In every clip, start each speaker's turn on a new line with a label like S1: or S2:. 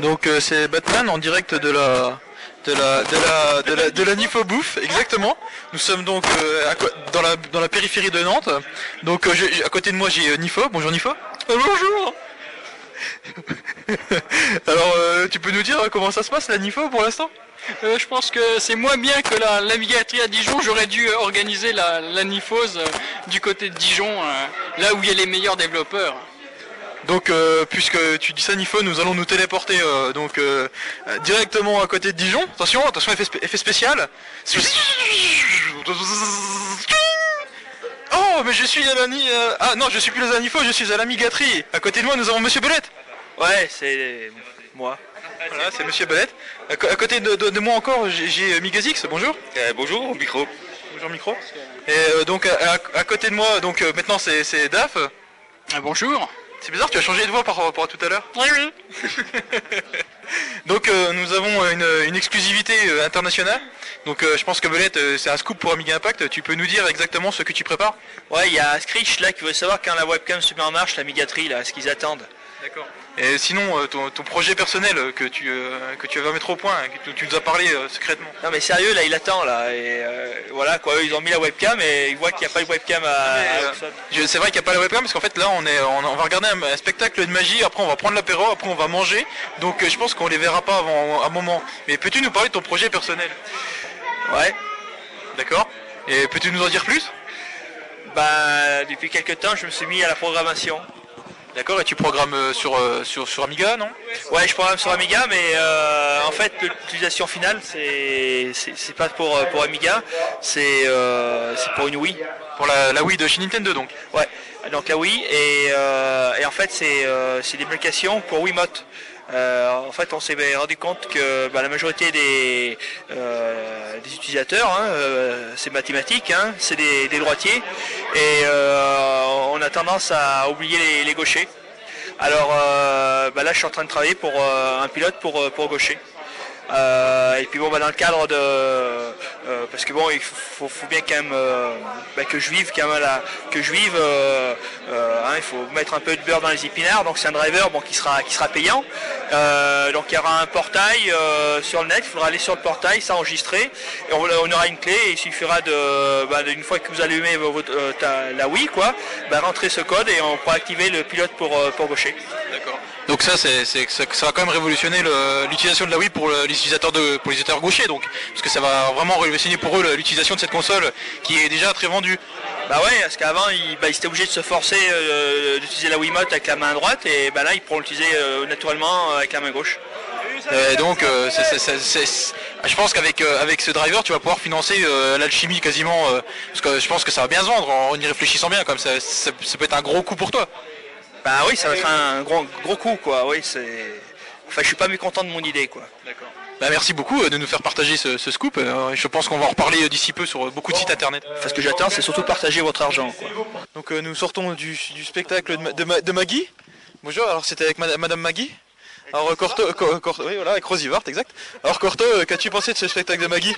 S1: Donc euh, c'est Batman en direct de la de la de la de la, de la Nif au Bouffe, exactement. Nous sommes donc euh, à co- dans la dans la périphérie de Nantes. Donc euh, j'ai- j'ai- à côté de moi j'ai euh, Nifo. Bonjour Nifo.
S2: Euh,
S1: bonjour. Alors euh, tu peux nous dire euh, comment ça se passe la Nifo pour l'instant
S2: Euh, je pense que c'est moins bien que la, la Vigatrice à Dijon. J'aurais dû euh, organiser la, la nifose euh, du côté de Dijon, euh, là où il y a les meilleurs développeurs.
S1: Donc euh, puisque tu dis ça Nifo, nous allons nous téléporter euh, donc euh, euh, directement à côté de Dijon. Attention, attention effet, spé- effet spécial. Oh mais je suis à la ni- euh, ah non je suis plus à la Nifo, je suis à la Migaterie. À côté de moi nous avons Monsieur Belette.
S3: Ouais, c'est moi.
S1: Voilà c'est Monsieur Belette. À, co- à côté de, de- de moi encore j'ai- j'ai euh, Migazix. Bonjour.
S3: Euh, bonjour au micro.
S1: Bonjour micro. Et euh, donc à, à- à côté de moi donc euh, maintenant c'est c'est Daf.
S2: Ah, bonjour.
S1: C'est bizarre tu as changé de voix par rapport à tout à l'heure.
S2: Oui, oui.
S1: Donc euh, nous avons euh, une, une exclusivité euh, internationale. Donc euh, je pense que Belette, euh, c'est un scoop pour Amiga Impact. Tu peux nous dire exactement ce que tu prépares
S3: Ouais, il y a Screech là qui veut savoir quand la webcam se met en marche, la migaterie là, ce qu'ils attendent.
S1: D'accord. Et sinon, euh, ton, ton projet personnel euh, que tu, euh, que tu vas mettre au point, hein, que tu, tu nous as parlé euh, secrètement.
S3: Non mais sérieux là, il attend là. Et euh, voilà quoi, eux, ils ont mis la webcam et ils voient qu'il n'y a pas de webcam à.
S1: Mais,
S3: à
S1: euh,
S3: Oxford.
S1: Je- C'est vrai qu'il n'y a pas la webcam parce qu'en fait là on, est, on, on va regarder un, un spectacle de magie, après on va prendre l'apéro, après on va manger. Donc euh, je pense qu'on les verra pas avant un moment. Mais peux-tu nous parler de ton projet personnel
S3: Ouais.
S1: D'accord Et peux-tu nous en dire plus
S3: Bah depuis quelques temps, je me suis mis à la programmation.
S1: D'accord, et tu programmes euh, sur, euh, sur, sur Amiga, non
S3: Ouais, je programme sur Amiga, mais euh, en fait, l'utilisation finale, c'est c'est c'est pas pour euh, pour Amiga, c'est euh, c'est pour une Wii.
S1: Pour la, la Wii de chez Nintendo donc.
S3: Ouais, donc la Wii, et, euh, et en fait, c'est euh, c'est des applications pour Wiimote. Euh, en fait, on s'est rendu compte que bah, la majorité des, euh, des utilisateurs, hein, euh, c'est mathématique, hein, c'est des, des droitiers, et euh, on a tendance à oublier les, les gauchers. Alors euh, bah, là, je suis en train de travailler pour euh, un pilote pour, euh, pour gaucher. Euh, et puis bon, bah, dans le cadre de, euh, parce que bon, il faut, faut bien quand même euh, bah, que je vive quand même la, que je vive. euh, euh, hein, il faut mettre un peu de beurre dans les épinards, donc c'est un driver bon qui sera qui sera payant. Euh, donc il y aura un portail euh, sur le net, il faudra aller sur le portail, s'enregistrer. Et on, on aura une clé et il suffira de, bah, de- une fois que vous allumez vo- votre, euh, ta- la Wii quoi, bah, rentrer ce code et on pourra activer le pilote pour euh, pour gaucher.
S1: Donc ça, c'est, c'est- ça, ça va quand même révolutionner le- l'utilisation de la Wii pour le- les utilisateurs de, pour les utilisateurs gauchers, donc parce que ça va vraiment révolutionner pour eux le- l'utilisation de cette console qui est déjà très vendue.
S3: Bah ouais, parce qu'avant, ils bah, ils étaient obligés de se forcer euh, d'utiliser la Wiimote avec la main droite, et bah là, ils pourront l'utiliser euh, naturellement euh, avec la main gauche.
S1: Euh, donc, euh, c'est- c'est- c'est- c'est- c'est- je pense qu'avec euh, avec ce driver, tu vas pouvoir financer euh, l'alchimie quasiment, euh, parce que je pense que ça va bien se vendre en y réfléchissant bien, comme ça, ça, ça peut être un gros coup pour toi.
S3: Bah oui, ça va être un gros, gros coup, quoi. Oui, c'est. Enfin, je suis pas mécontent de mon idée, quoi.
S1: Bah, merci beaucoup euh, de nous faire partager ce, ce scoop. Euh, je pense qu'on va en reparler euh, d'ici peu sur euh, beaucoup de sites internet.
S3: Enfin, ce que j'attends, c'est surtout partager votre argent, quoi.
S1: Donc euh, nous sortons du, du spectacle de, Ma- de Ma- de Maggie. Bonjour, alors c'était avec Mada- Madame Maggie. Alors euh, Corto, Co- Corto- oui voilà, avec Rosie Vart, exact. Alors Corto, euh, qu'as-tu pensé de ce spectacle de Maggie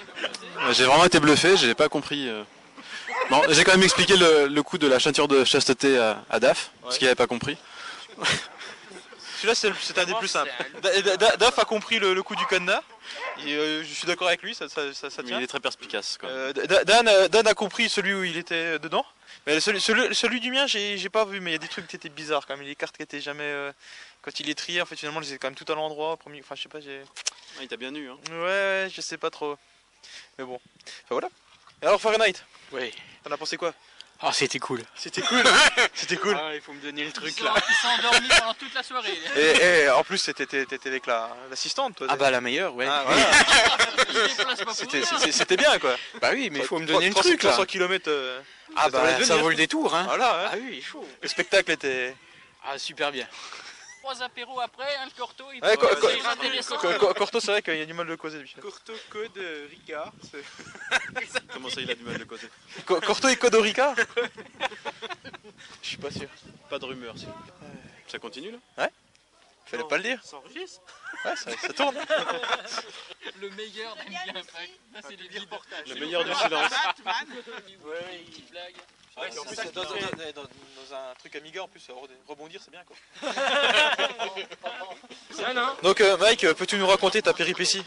S4: Euh, J'ai vraiment été bluffé, j'ai pas compris. euh. Bon, j'ai quand même expliqué le, le coup de la ceinture de chasteté à, à Daf, parce qu'il avait pas compris.
S1: Celui-là c'est, c'est un des plus simples.
S2: Oh,
S1: Da- Da- Da- Daf a compris le, le coup du cadenas. Et, euh, je suis d'accord avec lui, ça, ça- ça- ça
S4: Mais
S1: tient.
S4: il est très perspicace. Quoi.
S1: Euh, Da- Dan, euh, Dan a compris celui où il était euh, dedans. Mais celui, celui- celui du mien, j'ai, j'ai pas vu, mais il y a des trucs qui étaient bizarres quand même. Les cartes qui étaient jamais. euh, quand il est trié, en fait, finalement, les ai quand même tout à l'endroit. Premier, enfin, je sais pas, j'ai.
S4: il t'a bien eu.
S5: hein.
S1: Ouais, ouais, je sais pas trop. Mais bon. Enfin voilà. Et alors Fahrenheit
S6: Oui.
S1: T'en as pensé quoi
S6: Ah, c'était cool.
S1: C'était cool C'était cool
S6: Ah, il faut me donner le
S2: Ils sont, ils sont endormis pendant toute la soirée.
S1: et, et Bah, en plus, t'étais- t'étais t'étais avec la- l'assistante, toi.
S6: Ah bah la meilleure, ouais.
S1: Ah, voilà.
S2: Ils se déplacent pas pour
S1: C'était-
S2: rien.
S1: c'était c'était bien quoi.
S6: Bah oui, mais il faut me
S1: Trois-
S6: donner le
S1: trois-
S6: truc là.
S1: 300 km. euh,
S6: Ah
S1: ça va
S6: bah ça
S1: devenir.
S6: vaut le détour, hein.
S1: Voilà, hein.
S6: Ah oui, il faut.
S1: le spectacle était.
S6: Ah super bien.
S2: Trois apéros après, hein, le corto, il
S1: Ouais,
S2: peut-
S1: co- co-
S2: c'est intéressant.
S1: Co- co- Corto, c'est vrai qu'il y a du mal de causer depuis.
S5: Corto Code euh, Ricard. c'est-
S4: Comment ça, il a du mal de côté
S1: Co- Corto et Codorica Je suis pas sûr.
S4: Pas de rumeur, s'il vous plaît. Ça continue là
S1: Fallait pas le dire.
S5: Ça enregistre
S1: Ouais, ça, ça tourne.
S2: Le meilleur d'Amiga Impact. Ça, c'est les vides.
S4: Le meilleur du silence.
S2: Une petite blague.
S5: Ouais,
S3: Et en plus,
S7: ça
S3: c'est dans,
S7: qui crée-
S3: dans- dans- dans un truc Amiga en plus, euh, rebondir c'est bien quoi.
S1: Donc euh, Mike, euh, peux-tu nous raconter ta péripétie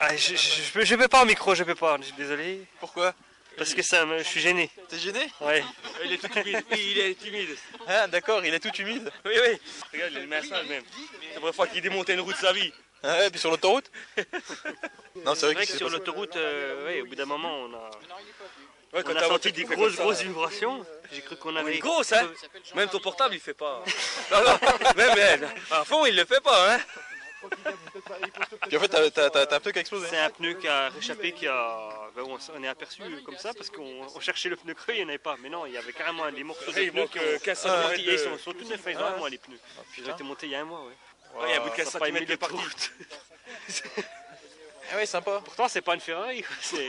S8: Ah, je, je, je peux- je peux pas en micro, je peux pas, je suis désolé.
S1: Pourquoi
S8: Parce que ça me, je suis gêné.
S1: T'es gêné
S8: Ouais.
S3: Il est tout humide. il est humide.
S1: Ah d'accord, il est tout humide.
S8: Oui, oui. Regarde, il met ça même. C'est la première fois qu'il démontait une route de sa vie.
S1: Ah ouais, puis sur l'autoroute Non, c'est
S8: C'est
S1: vrai
S8: vrai
S1: que
S8: que
S1: c'est
S8: sur
S1: pas ça.
S8: l'autoroute, euh, ouais, au bout d'un moment, on a,
S3: Ouais,
S8: on a
S3: t'as
S8: senti
S3: inventé
S8: des
S3: le truc
S8: grosses,
S3: comme ça,
S8: grosses vibrations. J'ai cru qu'on avait.
S3: grosse, hein Même ton portable, il fait pas. non, non, même elle. À fond, il le fait pas, hein
S1: Puis en fait, t'as- t'as t'as- t'as un peu qu'à exploser.
S8: C'est un pneu qui a réchappé, qui a. ben, on, s- on est aperçu comme ça parce qu'on on cherchait le pneu creux, il n'y en avait pas. Mais non, il y avait carrément des morceaux de pneus qui ont-
S3: Ah,
S8: qui- Ils sont, sont tout neufs, ils ont un mois les pneus. Ils ont été montés il y a un mois, ouais.
S3: Ouais, il y a un bout de 15
S8: Ça a pas aimé
S3: centimètres de
S8: les
S3: parti.
S8: routes.
S1: Ah ouais, sympa.
S8: Pourtant, c'est pas une Ferrari. quoi, C'est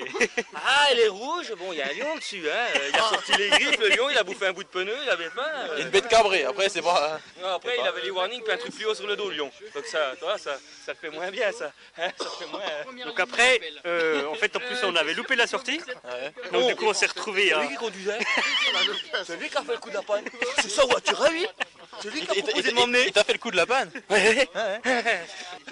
S3: Ah, elle est rouge, bon, il y a un lion dessus, hein. Il a sorti les griffes, le lion, il a bouffé un bout de pneu, il avait faim. euh.
S1: Il y a une bête cabrée, après c'est pas... hein.
S3: Non, après, il avait les warnings, puis un truc plus haut sur le dos, le lion. Donc ça, tu vois, ça, ça le fait moins bien, ça. Hein, ça le fait moins.
S8: Donc après, euh, en fait, en plus, on avait loupé la sortie. Donc du coup, on s'est retrouvés.
S3: C'est
S8: à-
S3: lui Oh. qui conduisait. C'est lui qui a fait le coup de la panne. C'est sa voiture, hein, lui. C'est lui qui a proposé de m'emmener.
S1: Il t'a fait le coup de la panne
S8: Et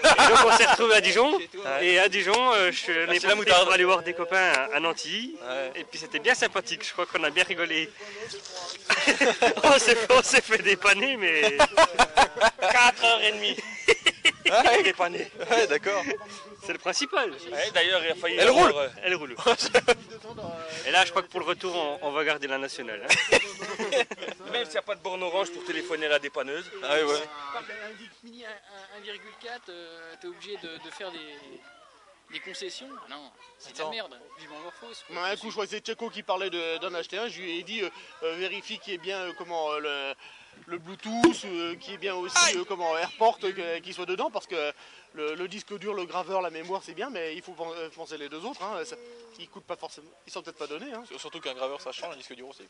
S8: donc on s'est retrouvé à Dijon. Et à Dijon, euh, je suis allé
S3: Ah, c'est la
S8: profiter pour aller voir des copains à- à Nantilly. Et puis c'était bien sympathique. Je crois qu'on a bien rigolé. on s'est fait, on s'est fait dépanner, mais 4h30 dépanner.
S1: Ah, Ouais, d'accord.
S8: C'est le principal.
S3: Ouais, D'ailleurs, il a failli.
S1: Elle roule.
S3: avoir, euh,
S8: Elle roule. Et là, je crois que pour le retour, on, on va garder la nationale. hein.
S3: Même s'il n'y a pas de borne orange pour téléphoner à la dépanneuse.
S1: Ah ouais, ouais.
S2: Un Vic Euh, Mini 1,4, euh, t'es obligé de, de faire des, des concessions Ah Non, c'est de la
S1: Attends.
S2: merde. Vivement leur fausse. quoi.
S9: Mais un coup, je crois que c'est Tcheco qui parlait de- d'un HT1. Je lui ai dit euh, euh, vérifie qu'il y ait bien euh, comment euh, le, le Bluetooth, euh, qu'il y ait bien aussi euh, comment AirPort euh, que- qu'il soit dedans parce que le, le disque dur, le graveur, la mémoire, c'est bien, mais il faut pen- euh, penser les deux autres. Hein, Ça- ils coûtent pas forcément, ils sont peut-être pas donnés. hein.
S1: Surtout qu'un graveur ça change, un disque dur aussi.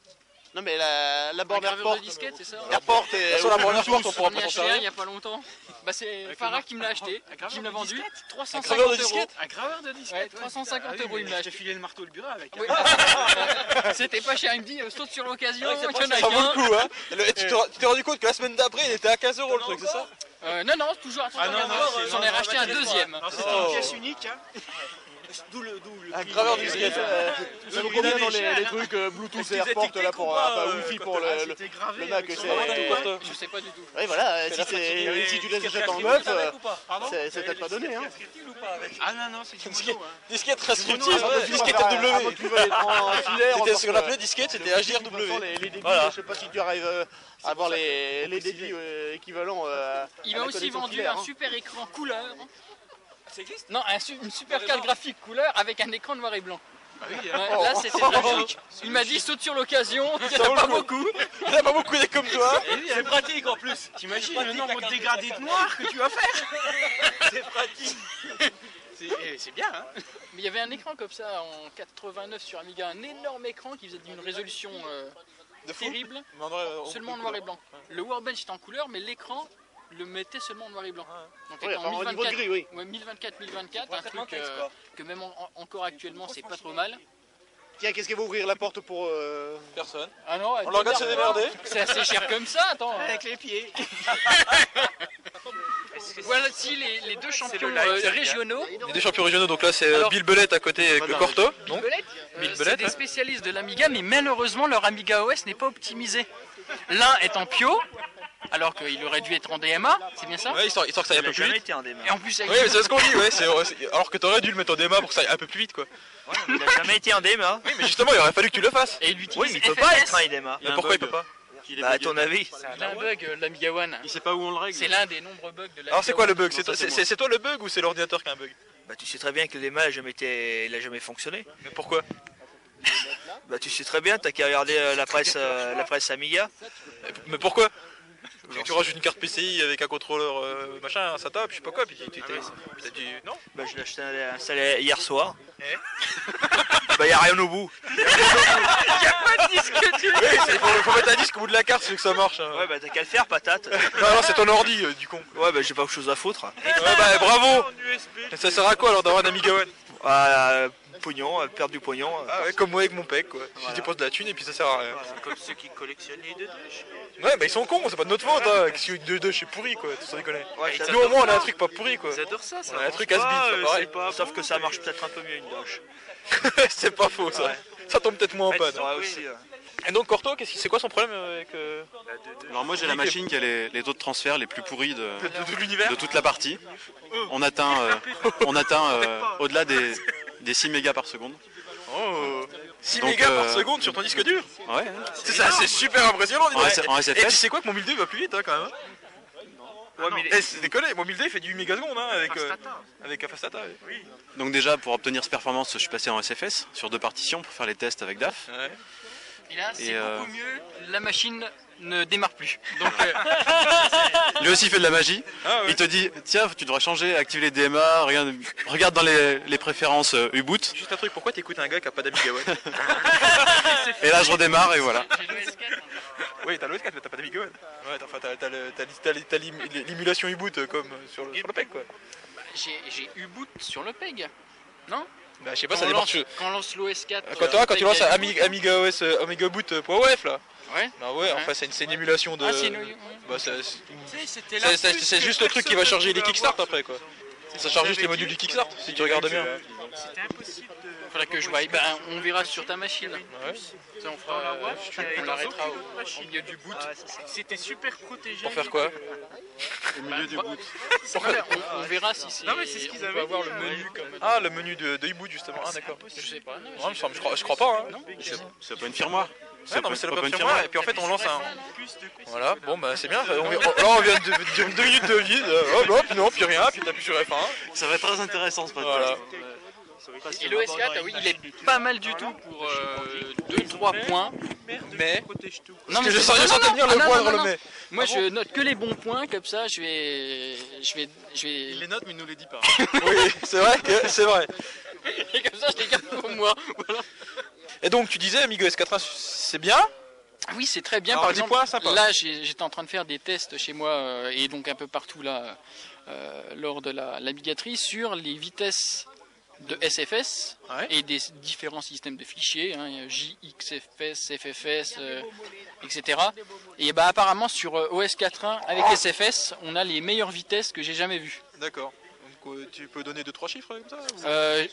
S9: Non, mais la, la
S2: Un
S9: borne
S2: graveur
S9: AirPort,
S2: de disquette, c'est ça
S9: AirPort et
S1: Sur la première fois, on pourra
S2: On y
S1: pas
S2: a acheté
S1: s'en
S2: un il
S1: servir.
S2: n'y a pas longtemps. Bah c'est Farah qui me l'a acheté, qui me l'a vendu. 350
S1: Un graveur de
S2: euros.
S1: disquette
S2: Un graveur de
S3: Ah
S2: disquette ouais, 350 euros il me l'a acheté. Ah
S3: filé le marteau le bureau avec.
S2: Oui. C'était pas cher, il me dit euh, saute sur l'occasion,
S3: Ouais, Ah c'est
S2: tu en
S3: pas
S2: as
S1: Ça vaut
S2: qu'un.
S1: le coup, hein Le- Tu t'es- tu t'es rendu compte que la semaine d'après, il était à 15 euros le truc, c'est ça
S2: Euh, non, non, toujours à 350
S3: Ah non,
S2: euros,
S3: c'est-
S2: j'en ai
S3: non,
S2: racheté
S3: non,
S2: un
S3: non,
S2: deuxième.
S3: C'est
S1: Oh.
S3: une pièce unique. Hein. D'où le. D'où le
S10: Ah.
S9: un
S3: prix.
S9: graveur de
S3: Et,
S9: disquette.
S3: euh,
S9: euh, Ça
S3: le
S9: vous
S3: prix d'un
S9: convient dans les,
S3: échelle,
S9: les
S3: hein.
S9: trucs euh, Bluetooth
S3: Est-ce
S9: et
S3: qu'ils
S9: AirPort
S3: étaient
S9: là
S3: ou
S9: pour
S3: pas,
S9: euh,
S3: euh,
S9: Wi-Fi
S3: quand
S9: pour
S3: on a-
S9: le, le-
S3: c'était gravé
S9: le Mac,
S3: avec son
S9: c'est-
S3: bras, tout, quoi.
S2: Je sais pas du tout.
S9: Ouais, voilà, euh, si,
S3: la
S9: c'est-
S3: fracture.
S9: si tu
S3: Et
S9: laisses
S3: les
S9: achètes en
S3: disquettes
S9: neuf,
S3: fritées
S9: euh,
S3: ou pas Pardon
S9: c'est c'est peut-être pas donné. Hein.
S10: Ah non, non, c'est du mono. Hein.
S1: Disquette transcriptive,
S9: Avant que tu
S1: disquette
S9: vas faire- avant que
S1: FW.
S9: tu vas aller prendre un filaire,
S1: C'était ce qu'on
S9: encore,
S1: appelait disquette, c'était
S9: euh, de toute façon,
S1: HDRW.
S9: Les, les débits,
S3: Voilà.
S9: je sais pas si tu arrives euh, à avoir les, les débits euh, équivalents. euh,
S2: Il
S9: à
S2: m'a
S9: la
S2: aussi
S9: connexion
S2: vendu
S9: filaire,
S2: un
S9: hein.
S2: super écran couleur.
S3: Ça existe
S2: Non, un su- une super carte graphique couleur avec un écran noir et blanc.
S10: oui,
S2: Ouais, Là, c'était magique. Il m'a dit saute sur l'occasion, il n'y en a pas beaucoup.
S1: Il y en a pas beaucoup des comme toi.
S3: C'est pratique en plus.
S10: T'imagines
S3: Pratique,
S10: le nombre
S3: la
S10: de dégradés de noir que tu vas faire
S3: C'est pratique.
S10: C'est eh, c'est bien, hein
S2: Mais il y avait un écran comme ça en 89 sur Amiga, un énorme écran qui faisait d'une résolution euh,
S1: De fou.
S2: terrible, seulement en noir et blanc. Le Warbench était en couleur, mais l'écran le mettait seulement en noir et blanc. Donc
S9: Oui,
S2: était
S9: enfin,
S2: en
S9: au niveau de
S2: 1024,
S9: gris, oui.
S2: ouais, 1024, 1024, un
S3: Traitement
S2: truc euh,
S3: texte, quoi.
S2: que même en- encore actuellement c'est pas trop mal.
S9: Tiens, qu'est-ce qui va ouvrir la porte pour. euh,
S1: Personne.
S2: Ah non,
S1: On le regarde se démerder.
S2: C'est assez cher comme ça, attends.
S10: Avec les pieds.
S2: Voilà, si les, les deux champions
S3: live,
S2: euh,
S1: hein.
S3: c'est bien.
S2: régionaux,
S1: Les deux champions régionaux, donc là c'est euh,
S2: Alors-
S1: Bill Belette à côté avec le Corto. Non
S2: euh,
S1: Bill
S2: c'est
S1: Belette,
S2: des
S1: hein.
S2: spécialistes de l'Amiga, mais malheureusement leur Amiga OS n'est pas optimisé. L'un est en Pio, alors qu'il aurait dû être en DMA, c'est bien ça
S1: Ouais, histoire, histoire que ça aille un peu plus vite.
S3: été en démarre.
S2: Et en plus, avec
S1: Oui, mais c'est ce qu'on dit, ouais. c'est- euh, c'est- Alors que t'aurais dû le mettre en déma pour que ça aille un peu plus vite, quoi.
S3: Il a jamais été en démarre.
S1: Oui, mais justement, il aurait fallu que tu le fasses.
S2: et il
S3: Oui,
S2: utilise
S3: mais il peut pas
S2: FFS.
S3: être en démarre.
S1: Mais pourquoi il peut pas
S3: Bah, à ton avis.
S2: Il a un bug, euh, l'Amiga One.
S11: Il sait pas où on le règle.
S2: C'est l'un des nombreux bugs de l'Amiga
S1: Alors c'est quoi le
S2: One.
S1: bug C'est toi, c'est- c'est- c'est toi le bug ou c'est l'ordinateur qui a un bug
S3: Bah, tu sais très bien que le démarre, jamais été- il a jamais fonctionné.
S1: Mais pourquoi
S3: Bah, tu sais très bien, t'as qu'à regarder euh, la presse, euh, la presse Amiga.
S1: Mais pourquoi tu rajoutes une carte PCI avec un contrôleur euh, machin, ça tape, je sais pas quoi, puis tu tu- t'as puis t'as du. Non
S3: Bah, je l'ai acheté installé hier soir.
S1: Eh.
S3: bah, y a rien au bout.
S1: Oui, c'est- faut, faut mettre un disque au bout de la carte, c'est que ça marche. hein.
S3: Ouais, bah, t'as qu'à le faire, patate.
S1: Non, non, c'est ton ordi, euh, du con.
S3: Ouais, bah, j'ai pas autre chose à foutre.
S1: Ouais, bah bravo Ça sert à quoi alors d'avoir un Amiga One
S3: Euh, pognon, à perdre du pognon. Ah ouais, comme moi avec mon PEC, quoi.
S1: Je dépense de la thune et puis ça sert à rien.
S6: Comme ceux qui collectionnent les deux douches.
S1: Ouais, bah ils sont cons, c'est pas de notre faute. Hein. Qu'est-ce que deux deux, c'est pourri quoi, tout ça déconner.
S3: Ouais, ils
S1: Nous au
S3: adorent
S1: moins on a
S3: ça.
S1: un truc pas pourri quoi.
S6: Ils adorent ça, ça.
S1: On a un
S6: marche
S1: truc
S6: pas,
S1: has-been, c'est
S6: euh,
S1: pas pareil.
S6: c'est pas
S3: Sauf
S6: bon,
S3: que ça
S6: mais-
S3: marche peut-être un peu mieux une douche.
S1: c'est pas faux ça.
S3: Ouais.
S1: Ça tombe peut-être moins en panne.
S3: Ouais, aussi. euh,
S1: Et donc Corto, qu'est-ce qui- c'est quoi son problème avec euh,
S5: Alors moi j'ai la machine qui a les, les taux de transfert les plus pourris de,
S1: de tout l'univers
S5: de toute la partie. On atteint, euh, on atteint euh, au-delà des, des 6 mégas par seconde.
S1: Oh. 6
S5: Donc,
S1: mégas par
S5: euh,
S1: seconde sur ton disque dur
S5: Ouais,
S1: C'est ça,
S3: Ah,
S1: c'est super impressionnant. dis
S5: En
S1: donc.
S5: S- en SFS.
S1: Et tu sais quoi que mon 1002 va plus vite hein, quand même. hein.
S6: Ouais, mais
S1: Eh, c'est déconné, mon 1002 il fait du 8 mégas secondes hein, avec, euh, avec un Fastata. ouais.
S5: donc déjà pour obtenir cette performance je suis passé en SFS sur deux partitions pour faire les tests avec DAF.
S1: Ouais.
S2: Et là, c'est
S5: Et, euh,
S2: beaucoup mieux. La machine ne démarre plus. Donc, euh,
S5: Lui aussi fait de la magie.
S1: Ah ouais.
S5: Il te dit tiens tu devrais changer, active les DMA, regarde, regarde dans les, les préférences euh, U-Boot.
S1: Juste un truc, pourquoi t'écoutes un gars qui a pas d'Amiga One
S5: Et là je redémarre et voilà.
S1: euh,
S2: j'ai le S4, hein.
S1: Oui, t'as le OS4, mais t'as pas d'Amiga One. Ouais, t'as- enfin, t'as, t'as le- t'as- t'as- t'as l'im- l'émulation e-boot euh, comme euh, sur le, sur le PEG, quoi.
S2: J'ai- j'ai U-Boot sur le PEG.
S1: Bah, je sais pas,
S2: Quand
S1: ça
S2: on
S1: dépend.
S2: lance- Quand on lance l'OS4.
S1: Quand, tu- quand tu lances Ami- Amiga OS euh, Amiga Boot.wef là
S2: Ouais.
S1: Bah ouais, enfin c'est une, c'est une émulation de.
S2: Ah, c'est une- ouais.
S1: Bah, ça-
S6: Tu
S1: c'est-
S6: sais, c'était
S1: c'est-
S6: la
S1: c'est-
S6: puce
S1: c'est
S6: que
S1: juste le truc qui va
S6: personne
S1: charger
S6: ne
S1: les
S6: peut
S1: Kickstart
S6: avoir.
S1: après quoi. Ça charge juste les modules du Kickstart si tu regardes bien.
S6: C'était impossible de.
S2: Faudra que je voie. Ben, on verra sur ta machine. Ça, on fera.
S6: Dans la
S2: euh,
S6: boîte,
S2: je-
S6: t'as-
S2: on
S6: dans
S2: l'arrêtera
S6: aucune
S2: au,
S6: machine. Ah,
S2: au milieu du boot.
S6: C'était super protégé.
S1: Pour faire quoi
S2: Pour faire- on, on verra si c'est.
S6: Non, mais c'est ce qu'ils
S2: on peut
S6: avaient
S2: avoir
S6: dit, euh,
S2: le
S6: là,
S2: menu
S6: ouais.
S2: comme.
S1: Ah, le menu de, de e-boot justement. Ah, d'accord.
S2: Je sais pas. non,
S1: Non, il me semble, je, crois, je crois pas. Hein.
S6: C'est
S5: C'est pas une firmware.
S1: Ouais, non, mais c'est l'open firmware. Et puis en fait, on lance un.
S6: plus de puce.
S1: Voilà, bon bah c'est bien. On, vient- là, on vient de, de- deux minutes de vide. euh, Hop, hop, non, puis rien, puis t'appuies sur F1.
S12: Ça va être très intéressant ce podcast.
S1: Voilà.
S2: Et le S4, ah oui, il est pas mal du tout pour 2-3 points.
S1: Mais.
S6: Protège tout.
S2: Non,
S1: je
S2: c'est-
S1: sens- je
S2: non,
S1: sentais
S2: non,
S1: venir
S2: non,
S1: le Ah
S2: non,
S1: point,
S2: non,
S1: le
S2: non.
S1: met.
S2: Moi, je note que les bons points, comme ça, je vais. Je vais. Je vais...
S5: notes mais il nous les dit pas.
S1: Oui, c'est vrai que c'est vrai.
S2: Et comme ça, je les garde pour moi. Voilà.
S1: Et donc tu disais Amigo S4 c'est bien
S2: Ah Oui, c'est très bien.
S1: Alors,
S2: par
S1: des
S2: exemple,
S1: points sympas.
S2: là, j'ai- j'étais en train de faire des tests chez moi euh, et donc un peu partout là, euh, lors de la, la bigaterie, sur les vitesses de SFS
S1: Ouais.
S2: et des différents systèmes de fichiers, hein, il y a JXFS, FFS, euh, etc. Et bah apparemment sur euh, OS4.1 avec SFS, on a les meilleures vitesses que j'ai jamais vues.
S1: D'accord. Donc euh, tu peux donner 2-3 chiffres comme ça ou-
S2: Euh,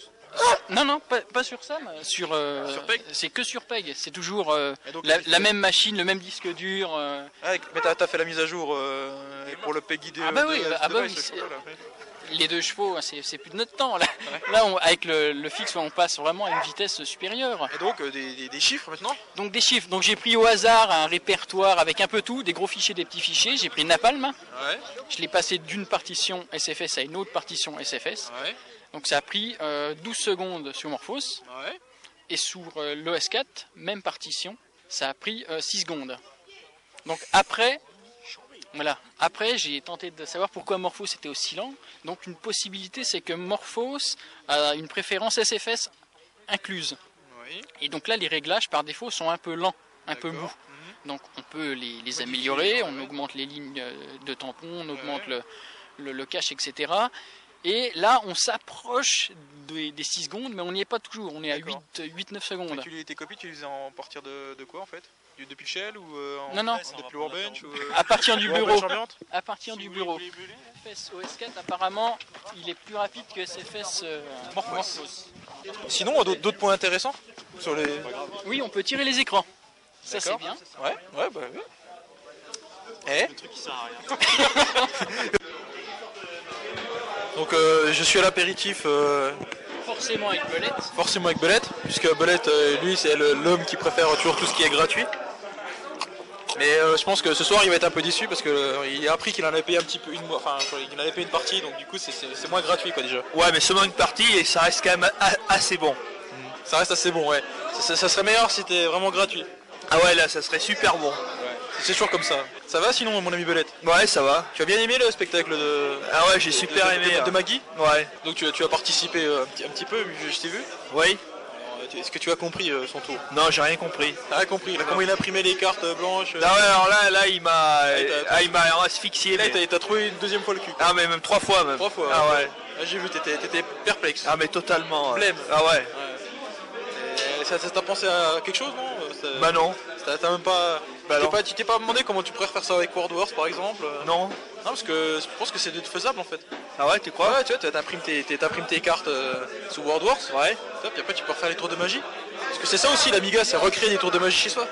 S2: non, non, pas, pas sur ça, mais sur, euh,
S1: Ah Sur PEG.
S2: c'est que sur PEG. C'est toujours euh,
S1: Et donc,
S2: la,
S1: tu-
S2: la même machine, le même disque dur. euh,
S1: Ah, mais t'as, t'as fait la mise à jour euh, pour le PEGI
S2: Ah bah oui, bah- ah bah oui, c'est- les deux chevaux, hein, c'est c'est plus de notre temps. Là, là on- avec le, le fixe, on passe vraiment à une vitesse supérieure.
S1: Et donc euh, des, des- des chiffres maintenant
S2: Donc des chiffres. Donc j'ai pris au hasard un répertoire avec un peu tout, des gros fichiers, des petits fichiers. J'ai pris Napalm.
S1: Ouais,
S2: Je l'ai passé d'une partition SFS à une autre partition SFS.
S1: ouais,
S2: Donc ça a pris euh, 12 secondes sur Morphos.
S1: ouais.
S2: Et sur euh, l'OS4, même partition, ça a pris euh, 6 secondes. Donc après, voilà. Après, j'ai tenté de savoir pourquoi Morphos était aussi lent. Donc une possibilité, c'est que Morphos a une préférence SFS incluse.
S1: Oui.
S2: Et donc là, les réglages par défaut sont un peu lents, un peu mous.
S1: D'accord. Mhm.
S2: Donc on peut les, les améliorer, on augmente les lignes euh, de tampon, on augmente le, le- le cache, etc. Et là, on s'approche des, 6 secondes, mais on n'y est pas toujours. On est à
S1: D'accord.
S2: 8-9 secondes.
S1: Et tu les, tes copies, tu les faisais en partir de, de quoi en fait Du- Depuis le shell ou euh, en,
S2: Non, non.
S1: en- depuis le workbench ou, euh,
S2: À partir du
S1: workbench
S2: bureau.
S1: ambiante
S2: À partir du bureau. FS OS4, apparemment, il est plus rapide que SFS euh, Morphos.
S1: Sinon, euh, d'autres, d'autres points intéressants sur les.
S2: Oui, on peut tirer les écrans. Ça, c'est
S1: D'accord.
S2: bien.
S1: Ouais, ouais, bah ouais. Eh Donc euh, je suis à l'apéritif euh,
S2: Forcément avec Belette.
S1: forcément avec Belette, puisque Belette, euh, lui, c'est le- l'homme qui préfère euh, toujours tout ce qui est gratuit. Mais euh, je pense que ce soir, il va être un peu déçu parce que euh, il a appris qu'il en avait payé un petit peu une, mo- enfin, qu'il en avait payé une partie, donc du coup, c'est- c'est c'est moins gratuit quoi déjà.
S3: Ouais, mais seulement une partie et ça reste quand même a- assez bon.
S1: Mm. Ça reste assez bon, ouais. Ça, ça- ça serait meilleur si c'était vraiment gratuit.
S3: Ah ouais, là, ça serait super bon.
S1: C'est toujours comme ça. Ça va sinon, mon ami Belette
S3: Ouais, ça va.
S1: Tu as bien aimé le spectacle de.
S3: Ah ouais, j'ai
S1: de-
S3: super
S1: de-
S3: aimé.
S1: de- de
S3: hein.
S1: Maggie
S3: Ouais.
S1: Donc tu, as- tu as participé euh, un petit, un petit peu, je, je t'ai vu.
S3: Oui.
S1: Alors, tu- Est-ce que tu as compris euh, son tour
S3: Non, j'ai rien compris.
S1: T'as rien compris, là, comment il imprimait les cartes euh, blanches euh,
S3: Ah ouais, alors là, là, il m'a,
S1: t'as-
S3: ah, il m'a asphyxié.
S1: Là,
S3: mais-
S1: t'as t'as trouvé une deuxième fois le cul.
S3: Ah mais même trois fois même.
S1: Trois fois, hein.
S3: Ah ouais.
S1: Ah, J'ai vu, t'étais t'étais perplexe.
S3: Ah mais totalement. ouais.
S1: Blême.
S3: Ah ouais.
S1: Ouais. ça ça t'a pensé à quelque chose, non Euh, ça-
S3: Bah non.
S1: ça- T'as même pas.
S3: Bah
S1: t'es
S3: non.
S1: pas- Tu t'es pas demandé comment tu pourrais refaire ça avec World Wars par exemple euh
S3: Non.
S1: Non, parce que je pense que c'est faisable en fait.
S3: Ah ouais, tu crois
S1: Ouais, tu vois, t'as- t'imprimes tes, t'es- t'imprimes tes cartes euh, sous World Wars. Ouais. Puis après, tu peux refaire les tours de magie. Parce que c'est ça aussi, l'Amiga, c'est recréer des tours de magie chez soi.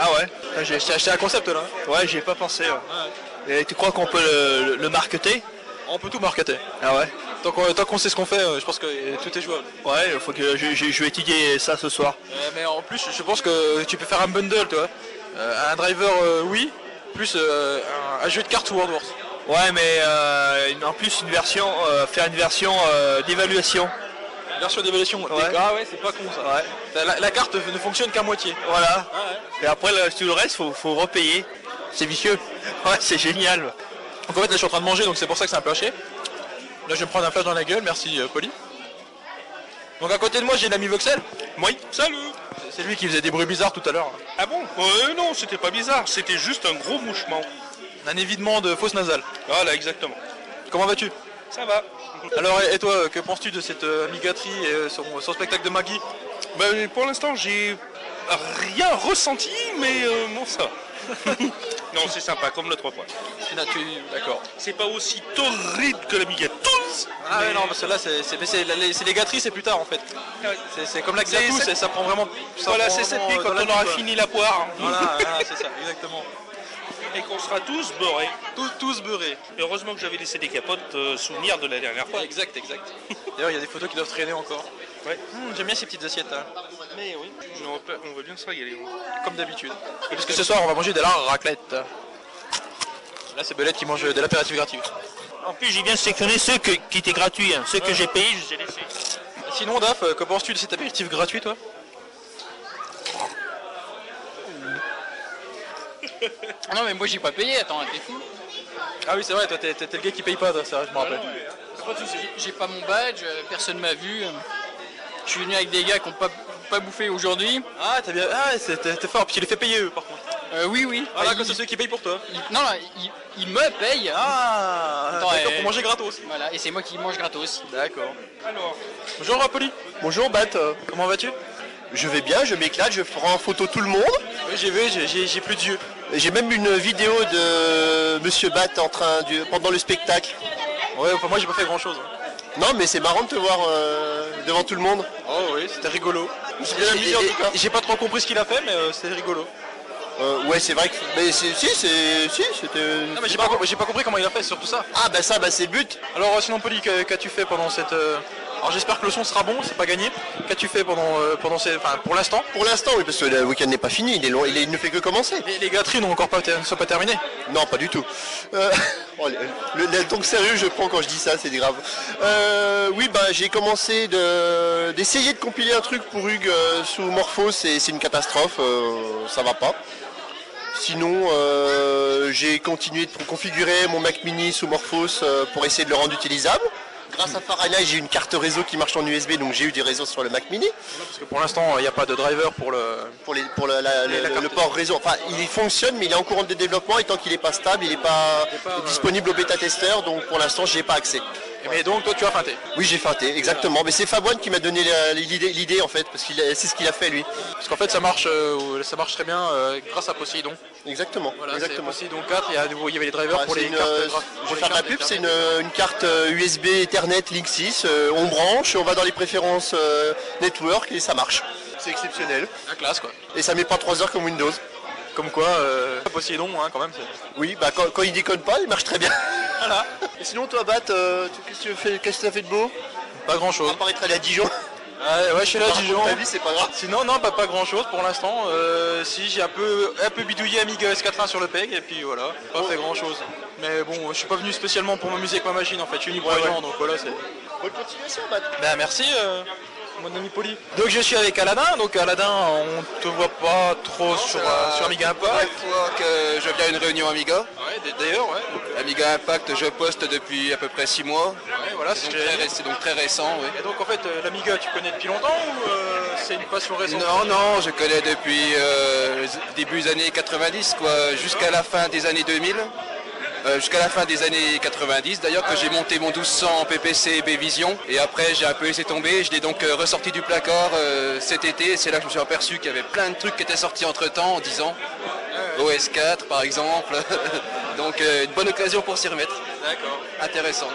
S3: Ah ouais
S1: J'ai acheté un concept là.
S3: Ouais, j'y ai pas pensé. ouais. Et tu crois qu'on peut le, le- le marketer
S1: On peut tout marketer.
S3: Ah ouais
S1: Tant qu'on, tant qu'on sait ce qu'on fait, euh, je pense que euh, tout est jouable.
S3: Ouais, faut que je, je- je vais étudier ça ce soir.
S1: Euh, mais en plus, je pense que tu peux faire un bundle, tu vois. Euh, un driver, euh, oui, plus euh, un, un jeu de cartes sous World Wars.
S3: Ouais, mais euh, une- en plus, une version, euh, faire une version euh, d'évaluation.
S1: Version d'évaluation. Ah ouais, c'est pas con ça. La, la carte ne fonctionne qu'à moitié.
S3: Voilà. Et après, le- tout le reste, faut, faut repayer. C'est vicieux. Ouais, c'est génial.
S1: Donc en fait, là, je suis en train de manger, donc c'est pour ça que c'est un peu haché. Là, je vais me prendre un flash dans la gueule, merci euh, Polly. Donc à côté de moi, j'ai l'ami Voxel.
S13: Oui. Salut.
S1: C'est lui qui faisait des bruits bizarres tout à l'heure.
S13: Ah bon Euh, Non, c'était pas bizarre, c'était juste un gros mouchement.
S1: Un évidement de fausse nasale.
S13: Voilà, exactement.
S1: Comment vas-tu
S13: Ça va.
S1: Alors, et, et toi, euh, que penses-tu de cette euh, migaterie et euh, son, son spectacle de Maggie
S13: Ben, pour l'instant, j'ai rien ressenti, mais euh, bon, ça va. non, c'est sympa, comme le trois fois.
S1: D'accord.
S13: C'est pas aussi torride que la Miga tous
S1: Ah ouais, non, parce que là, c'est c'est- mais c'est- la- les, c'est les gâteries, c'est plus tard en fait. C'est- C'est comme la
S13: C'est
S1: gâteau,
S13: cette-
S1: c'est- ça prend vraiment. ça
S13: Voilà,
S1: prend
S13: c'est cette
S1: vraiment,
S13: nuit
S1: euh,
S13: quand
S1: dans la
S13: on aura
S1: nuit, quoi.
S13: fini la poire.
S1: Voilà, voilà, c'est ça, exactement.
S13: Et qu'on sera tous beurrés.
S1: Tous, tous beurrés.
S13: Heureusement que j'avais laissé des capotes euh, souvenirs de la dernière fois.
S1: Exact, exact. D'ailleurs, il y a des photos qui doivent traîner encore.
S13: Ouais.
S1: Hum, J'aime bien ces petites assiettes là.
S13: Mais oui, on va, on va bien se régaler.
S1: Comme d'habitude. Parce que ce soir, on va manger de la raclette. Là, c'est Belette qui mange de l'apéritif gratuit.
S3: En plus, j'ai bien sélectionné ceux que- qui étaient gratuits. hein. Ceux que j'ai payés, je les ai laissés.
S1: Sinon, Daf, euh, que penses-tu de cet apéritif gratuit, toi
S2: Ah non, mais moi j'ai pas payé, attends, t'es fou.
S1: Ah oui, c'est vrai, toi, t'es t'es- t'es le gars qui paye pas, toi, ça, je me
S2: Bah
S1: rappelle.
S2: J'ai- J'ai euh, pas mon badge, euh, personne m'a vu. euh. Je suis venu avec des gars qui n'ont pas, pas bouffé aujourd'hui.
S1: Ah, t'as bien. Ah, c'est- t'es t'es fort, parce qu'il les fait payer, eux, par contre.
S2: Euh, oui, oui.
S1: Voilà,
S2: Enfin,
S1: que
S2: ils-
S1: c'est ceux qui payent pour toi.
S2: ils- Non, non, ils, ils me payent.
S1: Ah,
S2: Attends,
S1: d'accord,
S2: euh,
S1: pour manger gratos.
S2: Voilà, et c'est moi qui mange gratos.
S1: D'accord.
S13: Alors,
S1: Bonjour, Rapoli.
S9: Bonjour Bat,
S1: Comment vas-tu
S9: je vais bien, je m'éclate, je prends en photo tout le monde.
S1: J'ai vu, j'ai plus de yeux.
S9: J'ai même une vidéo de Monsieur Bat en train de- pendant le spectacle.
S1: Ouais, enfin, moi j'ai pas fait grand chose.
S9: Non mais c'est marrant de te voir euh, devant tout le monde.
S1: Oh oui, c'était rigolo. J'ai
S9: bien amusé, en tout cas.
S1: J'ai pas trop compris ce qu'il a fait, mais euh, c'était rigolo.
S9: Euh, ouais c'est vrai que. Mais c'est- si c'est. Si c'était.
S1: Non, mais j'ai pas, compris- j'ai pas compris comment il a fait, surtout ça.
S9: Ah bah ça bah c'est le but.
S1: Alors, euh, sinon, Poli, que- qu'as-tu fait pendant cette. euh, Alors, j'espère que le son sera bon, c'est pas gagné. Qu'as-tu fait pendant, euh, pendant ces. Enfin, pour l'instant
S9: Pour l'instant oui parce que le week-end n'est pas fini, il est long, il, est- il ne fait que commencer.
S1: Les, les gâteries n'ont encore pas, ter- ne sont pas terminées.
S9: Non, pas du tout. Euh, oh, le, le- le ton que sérieux je prends quand je dis ça, c'est grave. Euh, oui, bah, j'ai commencé de- d'essayer de compiler un truc pour Hugues euh, sous Morphos et c'est une catastrophe, euh, ça va pas. Sinon, euh, j'ai continué de configurer mon Mac Mini sous Morphos euh, pour essayer de le rendre utilisable. Grâce à Fahrenheit, j'ai une carte réseau qui marche en USB, donc j'ai eu des réseaux sur le Mac Mini.
S1: Parce que pour l'instant, euh, il n'y a pas de driver pour le.
S9: Pour, les, pour la- la-
S1: Et la
S9: le,
S1: carte.
S9: le port réseau, enfin, il fonctionne, mais il est en courant de développement et tant qu'il n'est pas stable, il n'est pas, disponible au bêta-testeur, donc pour l'instant, je n'ai pas accès.
S1: Mais donc, toi, tu as feinté.
S9: Oui, j'ai feinté, exactement. Mais c'est Fabouane qui m'a donné la- l'idée, l'idée, en fait, parce que c'est ce qu'il a fait lui.
S1: Parce qu'en fait, ça marche, euh, ça marche très bien euh, grâce à Poseidon.
S9: Exactement.
S1: Voilà, c'est
S9: exactement.
S1: Poseidon 4, il y, a à nouveau- il y avait les drivers
S9: Voilà,
S1: pour
S9: c'est
S1: les
S9: une,
S1: cartes.
S9: euh,
S1: graph-
S9: je
S1: pour les
S9: vais faire de la
S1: cartes
S9: pub, c'est une,
S1: Ethernet.
S9: euh, une carte euh, USB Ethernet Link 6, euh, on branche, on va dans les préférences euh, network et ça marche. C'est exceptionnel.
S1: La classe, quoi.
S9: Et ça met pas 3 heures comme Windows.
S1: Comme quoi, euh, Poseidon, hein, quand même. c'est-
S9: Oui, bah quand, quand il déconne pas, il marche très bien. Voilà. Et sinon toi Bat, euh, tu- qu'est-ce que tu fais- qu'est-ce que t'as fait de beau
S1: Pas grand chose.
S9: À part être allé à Dijon.
S1: Ouais, ouais, je suis là,
S9: Par contre,
S1: Dijon.
S9: ta vie, c'est pas grave.
S1: Sinon, non, pas, pas grand chose pour l'instant. Euh, si, j'ai un peu, un peu bidouillé Amiga S81 sur le PEG, et puis voilà, pas fait grand chose. Mais bon, je suis pas venu spécialement pour m'amuser avec ma machine en fait, je suis venu pour les gens, donc voilà, c'est.
S9: Bonne continuation Bat.
S4: Ben,
S1: Bah merci euh, mon ami Poli. Donc je suis avec Aladin, donc Aladin on te voit pas trop sur, euh, sur Amiga Impact.
S4: que je viens à une réunion Amiga.
S1: Ouais, d'ailleurs ouais.
S4: Amiga Impact, je poste depuis à peu près 6 mois.
S1: Ouais, voilà,
S4: c'est
S1: c'est
S4: donc,
S1: ce que
S4: très
S1: j'allais
S4: ré- c'est donc très récent. Oui.
S1: Et donc en fait euh, l'Amiga tu connais depuis longtemps ou euh, c'est une passion récente
S4: Non, non, je connais depuis euh, début des années 90, quoi, jusqu'à la fin des années 2000. euh, jusqu'à la fin des années 90. D'ailleurs, que j'ai monté mon 1200 PPC B Vision et après j'ai un peu laissé tomber. Je l'ai donc euh, ressorti du placard euh, cet été. C'est là que je me suis aperçu qu'il y avait plein de trucs qui étaient sortis entre temps en 10 ans. OS4 par exemple. donc euh, une bonne occasion pour s'y remettre.
S1: D'accord.
S4: Intéressant.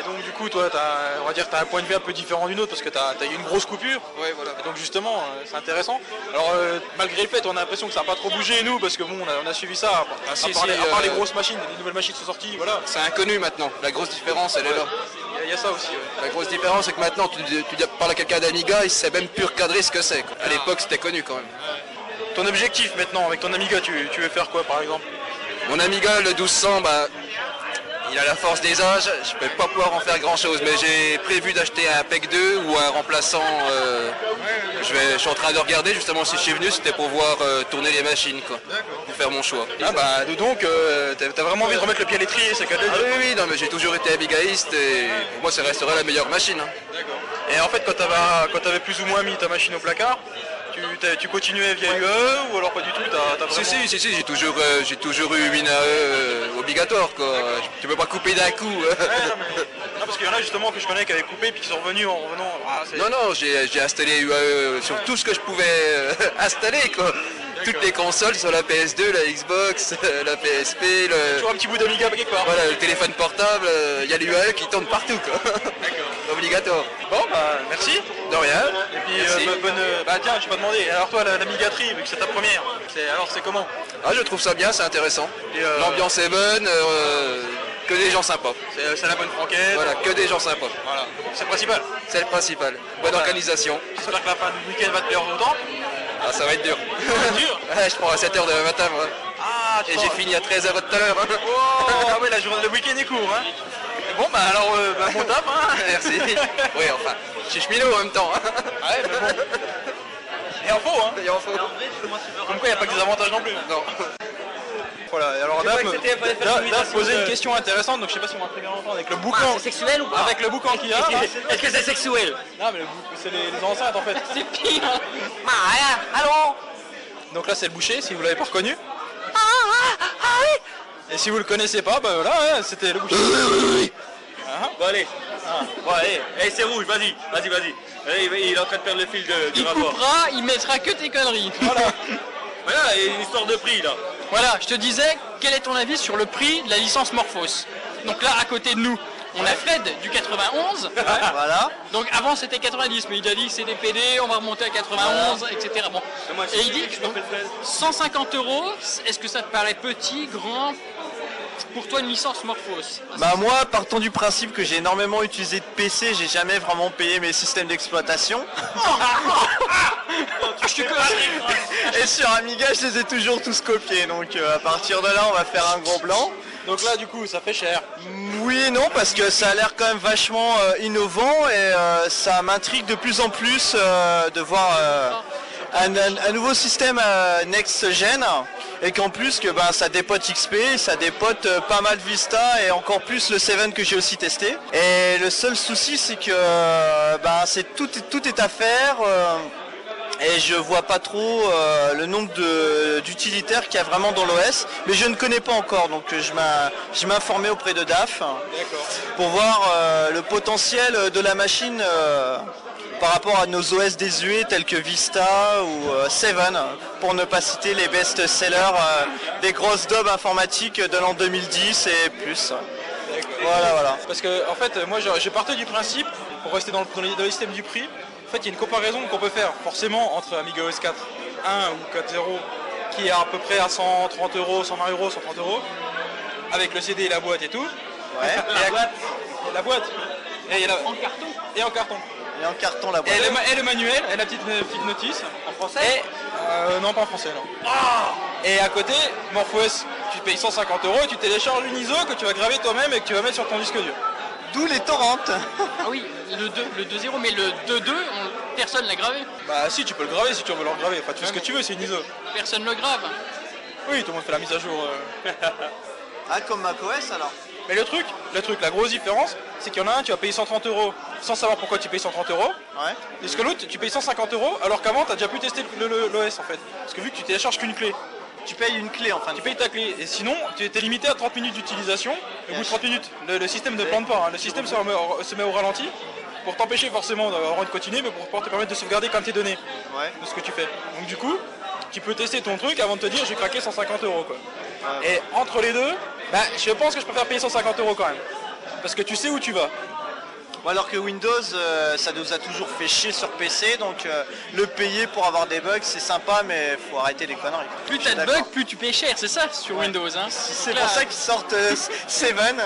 S1: Et donc du coup toi t'as, on va dire t'as un point de vue un peu différent d'une autre parce que t'as, t'as eu une grosse coupure. Ouais voilà. donc justement euh, c'est intéressant. Alors euh, malgré le fait on a l'impression que ça n'a pas trop bougé nous parce que bon on a, on a suivi ça à, à
S4: si,
S1: part,
S4: si,
S1: les, à part
S4: euh,
S1: les grosses machines, les nouvelles machines sont sorties, voilà.
S4: C'est inconnu maintenant. La grosse différence, elle est là.
S1: Il y a- il y, a ça aussi. ouais.
S4: La grosse différence, c'est que maintenant, tu, tu dis- parles à quelqu'un d'Amiga, il sait même plus recadrer ce que c'est. quoi. À l'époque, c'était connu quand même.
S1: Ton objectif maintenant avec ton Amiga, tu, tu veux faire quoi par exemple
S4: Mon Amiga, le 1200, bah, il a la force des âges. Je ne vais pas pouvoir en faire grand-chose, mais j'ai prévu d'acheter un PEC 2 ou un remplaçant. euh, je, vais, je suis en train de regarder justement si je suis venu, c'était pour voir euh, tourner les machines, quoi, pour faire mon choix.
S1: Ah bah dis donc, euh, t'as, t'as vraiment envie de remettre le pied à l'étrier, c'est que
S4: Ah oui, oui, non, mais j'ai toujours été amigaïste et pour moi, ça restera la meilleure machine. hein.
S1: Et en fait, quand t'avais, quand t'avais plus ou moins mis ta machine au placard, tu, t'as- tu continuais via UE ou alors pas du tout t'as, t'as
S4: Si,
S1: vraiment-
S4: si, si, si, j'ai toujours, euh, j'ai toujours eu une AE euh, obligatoire, quoi. Tu peux pas couper d'un coup.
S1: Non, parce qu'il y en a justement que je connais qui avaient coupé puis qui sont revenus en revenant. Ah, c'est-
S4: non, non, j'ai j'ai installé UAE sur tout ce que je pouvais euh, installer, quoi. Toutes les consoles sur la PS2, la Xbox, euh, la PSP, le...
S1: Toujours un petit bout d'Amiga quelque part.
S4: Voilà, le téléphone portable, il y a l'UAE qui tourne partout, quoi. Obligatoire.
S1: Bon, bah, merci.
S4: De rien.
S1: Et puis,
S4: Merci.
S1: euh, bo- bonne. euh, Bah, tiens, j'ai pas demandé. Alors, toi, la, la Miga Tri, vu que c'est ta première, c'est, alors c'est comment
S4: Ah, je trouve ça bien, c'est intéressant. L'ambiance est bonne, euh, que des gens sympas.
S1: C'est c'est la bonne franquette.
S4: Voilà, que des gens sympas.
S1: Voilà, c'est le principal.
S4: C'est le principal. Bonne
S1: Voilà.
S4: organisation.
S1: J'espère que la fin du week-end va te plaire autant.
S4: Ah, ça va être dur. Ouais, je prends à 7h demain matin, moi.
S1: Ah, tu
S4: Et
S1: sors-
S4: j'ai fini à 13h tout à l'heure. hein.
S1: Ah, ouais, la journée, le week-end est court, hein. Bon, bah, alors, euh, bah, bon taf, hein.
S4: Merci. Oui, enfin, je suis cheminot en même temps. Ouais, mais bon.
S1: Et en faux, hein.
S4: Et en faux.
S1: Comme quoi, il n'y a pas que des avantages non plus.
S4: Non.
S1: Voilà, et alors
S4: Je sais
S1: Dave,
S4: pas que c'était, fallait faire
S1: Dave-
S4: une
S1: Dave
S4: imitation
S1: posait
S4: de-
S1: une question intéressante, donc je sais pas si on va très bien l'entendre avec le boucan.
S14: Ah, c'est sexuel ou pas
S1: Avec le boucan qu'il a.
S4: Ah,
S14: Est-ce que- est-ce que c'est sexuel
S1: Non, mais le bou- c'est les, les enceintes en fait. c'est pire. Bah,
S14: Allô
S1: Donc là, c'est le boucher, si vous l'avez pas reconnu. Ah, Et si vous le connaissez pas, bah voilà, hein, c'était le boucher.
S14: Bon allez, bon allez, Eh, c'est rouge, vas-y, vas-y, vas-y. Eh, il- il est en train de perdre le fil de, du
S2: Il
S14: rapport.
S2: coupera, il mettra que tes conneries.
S14: Voilà, il y a une histoire de prix là.
S2: Voilà, je te disais, quel est ton avis sur le prix de la licence Morphos Donc là, à côté de nous, on a Fred du 91.
S14: Voilà.
S2: Donc avant, c'était 90, mais il a dit que c'est des PD, on va remonter à 91, etc. Bon. Et il dit que donc, 150 euros, est-ce que ça te paraît petit, grand pour toi une licence Morphos
S5: Bah moi, partant du principe que j'ai énormément utilisé de PC, j'ai jamais vraiment payé mes systèmes d'exploitation. Et sur Amiga, je les ai toujours tous copiés. Donc euh, à partir de là, on va faire un gros blanc.
S1: Donc là, du coup, ça fait cher.
S5: Oui et non, parce que ça a l'air quand même vachement euh, innovant et euh, ça m'intrigue de plus en plus euh, de voir euh, un, un- un nouveau système euh, next-gen et qu'en plus que ben, ça dépote XP, ça dépote euh, pas mal Vista et encore plus le 7 que j'ai aussi testé. Et le seul souci, c'est que euh, ben, c'est tout, tout est à faire. euh, et je vois pas trop euh, le nombre de- d'utilitaires qu'il y a vraiment dans l'OS, mais je ne connais pas encore, donc euh, je m'in- je m'informais auprès de DAF hein, pour voir euh, le potentiel de la machine euh, par rapport à nos OS désuets E, tels que Vista ou euh, Seven, pour ne pas citer les best-sellers euh, des grosses dobs informatiques de l'an 2010 et plus. Voilà, voilà.
S1: Parce que en fait, moi, je, je partais du principe pour rester dans le, dans le- dans le système du prix. En fait, il y a une comparaison qu'on peut faire forcément entre Amiga OS 4 1 ou 4.0 qui est à peu près à 130 euros, 120 euros, 130 euros avec le CD et la boîte et tout.
S5: Ouais.
S1: Et la boîte. La boîte. Et En
S2: carton.
S1: Et en carton.
S5: Et en carton la boîte.
S1: Et le, ma- et le manuel, et la petite, euh, petite notice. En français Euh, Non, pas en français, non. et à côté, MorphOS, tu payes 150 euros et tu télécharges une ISO que tu vas graver toi-même et que tu vas mettre sur ton disque dur.
S5: D'où les torrents hein.
S2: Ah oui, le 2 le 2-0, mais le 2-2, on- personne l'a gravé.
S1: Bah si, tu peux le graver si tu veux le graver. Enfin, tu fais ce que tu veux, c'est une ISO.
S2: Personne le grave.
S1: Oui, tout le monde fait la mise à jour. euh.
S5: Ah, comme macOS alors
S1: Mais le truc, le truc, la grosse différence, c'est qu'il y en a un, tu vas payer 130 euros sans savoir pourquoi tu payes 130 euros.
S5: Ouais.
S1: Parce que l'autre, tu payes 150 euros alors qu'avant, t'as déjà pu tester l'OS en fait. Parce que vu que tu télécharges qu'une clé.
S5: Tu payes une clé en fin
S1: Tu payes ta clé. Et sinon, tu es limité à 30 minutes d'utilisation. Au bout de 30 minutes, le, le système ne plante pas. hein. Le système se remet au- se met au ralenti pour t'empêcher forcément d'avoir de continuer, mais pour pouvoir te permettre de sauvegarder quand tes données de ce que tu fais. Donc du coup, tu peux tester ton truc avant de te dire j'ai craqué 150 euros quoi. Et entre les deux, bah, je pense que je préfère payer 150 euros quand même. Parce que tu sais où tu vas.
S5: Bon, alors que Windows, euh, ça nous a toujours fait chier sur PC, donc euh, le payer pour avoir des bugs, c'est sympa, mais faut arrêter les conneries.
S2: Plus t'as de bugs, plus tu payes cher, c'est ça sur Windows. Hein.
S5: C'est pour ça qu'ils sortent euh, Seven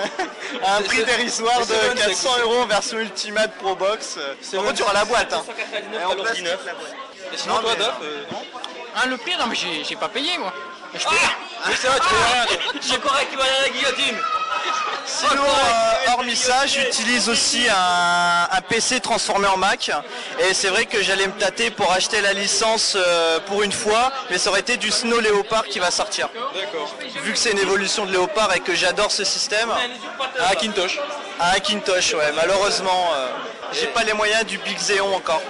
S5: à un
S2: C'est-
S5: prix
S2: c'est-
S5: dérisoire
S2: c'est Seven,
S5: de
S2: c'est-
S5: 400 euros version Ultimate Pro Box. euh, Par contre, tu auras la boîte. Hein. Et en plastique, la boîte.
S2: sinon,
S5: Non,
S2: toi,
S5: mais,
S2: Dof,
S5: euh,
S2: Ah, le pire, non, mais j'ai j'ai pas payé moi. Mais je paye.
S5: c'est vrai, tu payes rien,
S2: J'ai correct qui va aller à la guillotine.
S5: Sinon, euh, hormis ça, j'utilise aussi un, un PC transformé en Mac. Et c'est vrai que j'allais me tâter pour acheter la licence euh, pour une fois, mais ça aurait été du Snow Leopard qui va sortir.
S1: D'accord.
S5: Vu que c'est une évolution de Léopard et que j'adore ce système.
S1: Un Hackintosh.
S5: Un Hackintosh, ouais, malheureusement. euh, J'ai pas les moyens du Big Xeon encore.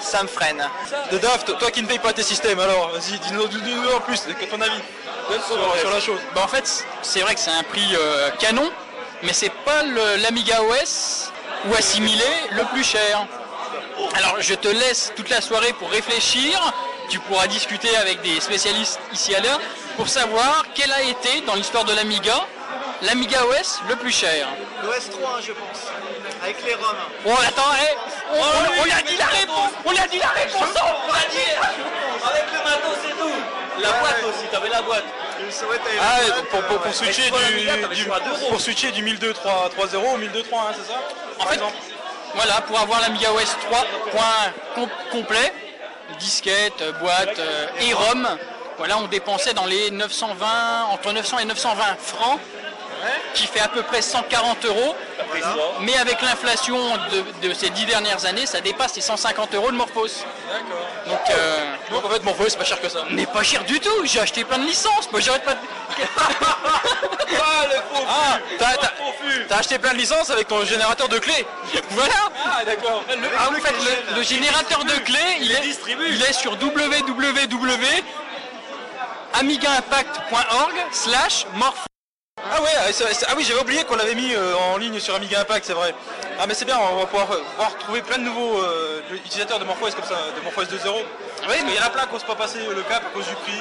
S5: Ça me freine.
S1: De Daft, toi qui ne payes pas tes systèmes alors, vas-y, dis-nous dis-nous en plus, que ton avis sur, sur la chose.
S2: Bah, en fait, c'est vrai que c'est un prix euh, canon, mais c'est pas le- l'Amiga OS ou assimilé le plus cher. Alors je te laisse toute la soirée pour réfléchir. Tu pourras discuter avec des spécialistes ici à l'heure pour savoir quel a été dans l'histoire de l'Amiga l'Amiga OS le plus cher.
S5: L'OS 3,
S2: hein,
S5: je pense. Avec les roms.
S2: Bon attends, hé, on, on- on lui a dit la réponse, on lui a dit la réponse. oh,
S14: On l'a dit Avec le matos c'est tout La boîte aussi, t'avais la boîte
S1: Ah, pour, pour, pour switcher
S14: Amiga,
S1: du, du- pour switcher du 1002 3 0 au 1002 3 1, hein, c'est ça
S2: En fait, voilà, pour avoir l'Amiga OS 3, point com- complet, disquette, euh, boîte euh, et ROM, voilà, on dépensait dans les 920, entre 900 et 920 francs, qui fait à peu près 140 euros. Mais avec l'inflation de, de ces dix dernières années, ça dépasse les 150 euros de Morphos.
S1: D'accord.
S2: Donc, euh,
S1: Donc en fait, mon feu, c'est pas cher que ça.
S2: mais pas cher du tout, j'ai acheté plein de licences, moi j'arrête pas de...
S1: Ah, le faux Ah, t'as- t'as- t'as acheté plein de licences avec ton générateur de clés
S2: Voilà
S1: Ah, d'accord
S2: Le, ah, en fait, le, le générateur de clés, il, est, il est sur www.amigaimpact.org slash morph.
S1: Ah ouais, ah, c'est- c'est- ah oui, j'avais oublié qu'on l'avait mis euh, en ligne sur Amiga Impact, c'est vrai. Ah mais c'est bien, on va pouvoir, euh, pouvoir retrouver plein de nouveaux euh, utilisateurs de MorphOS comme ça, de MorphOS 2.0. Oui, mais il y en a plein qui n'osent pas passer le cap à cause du prix.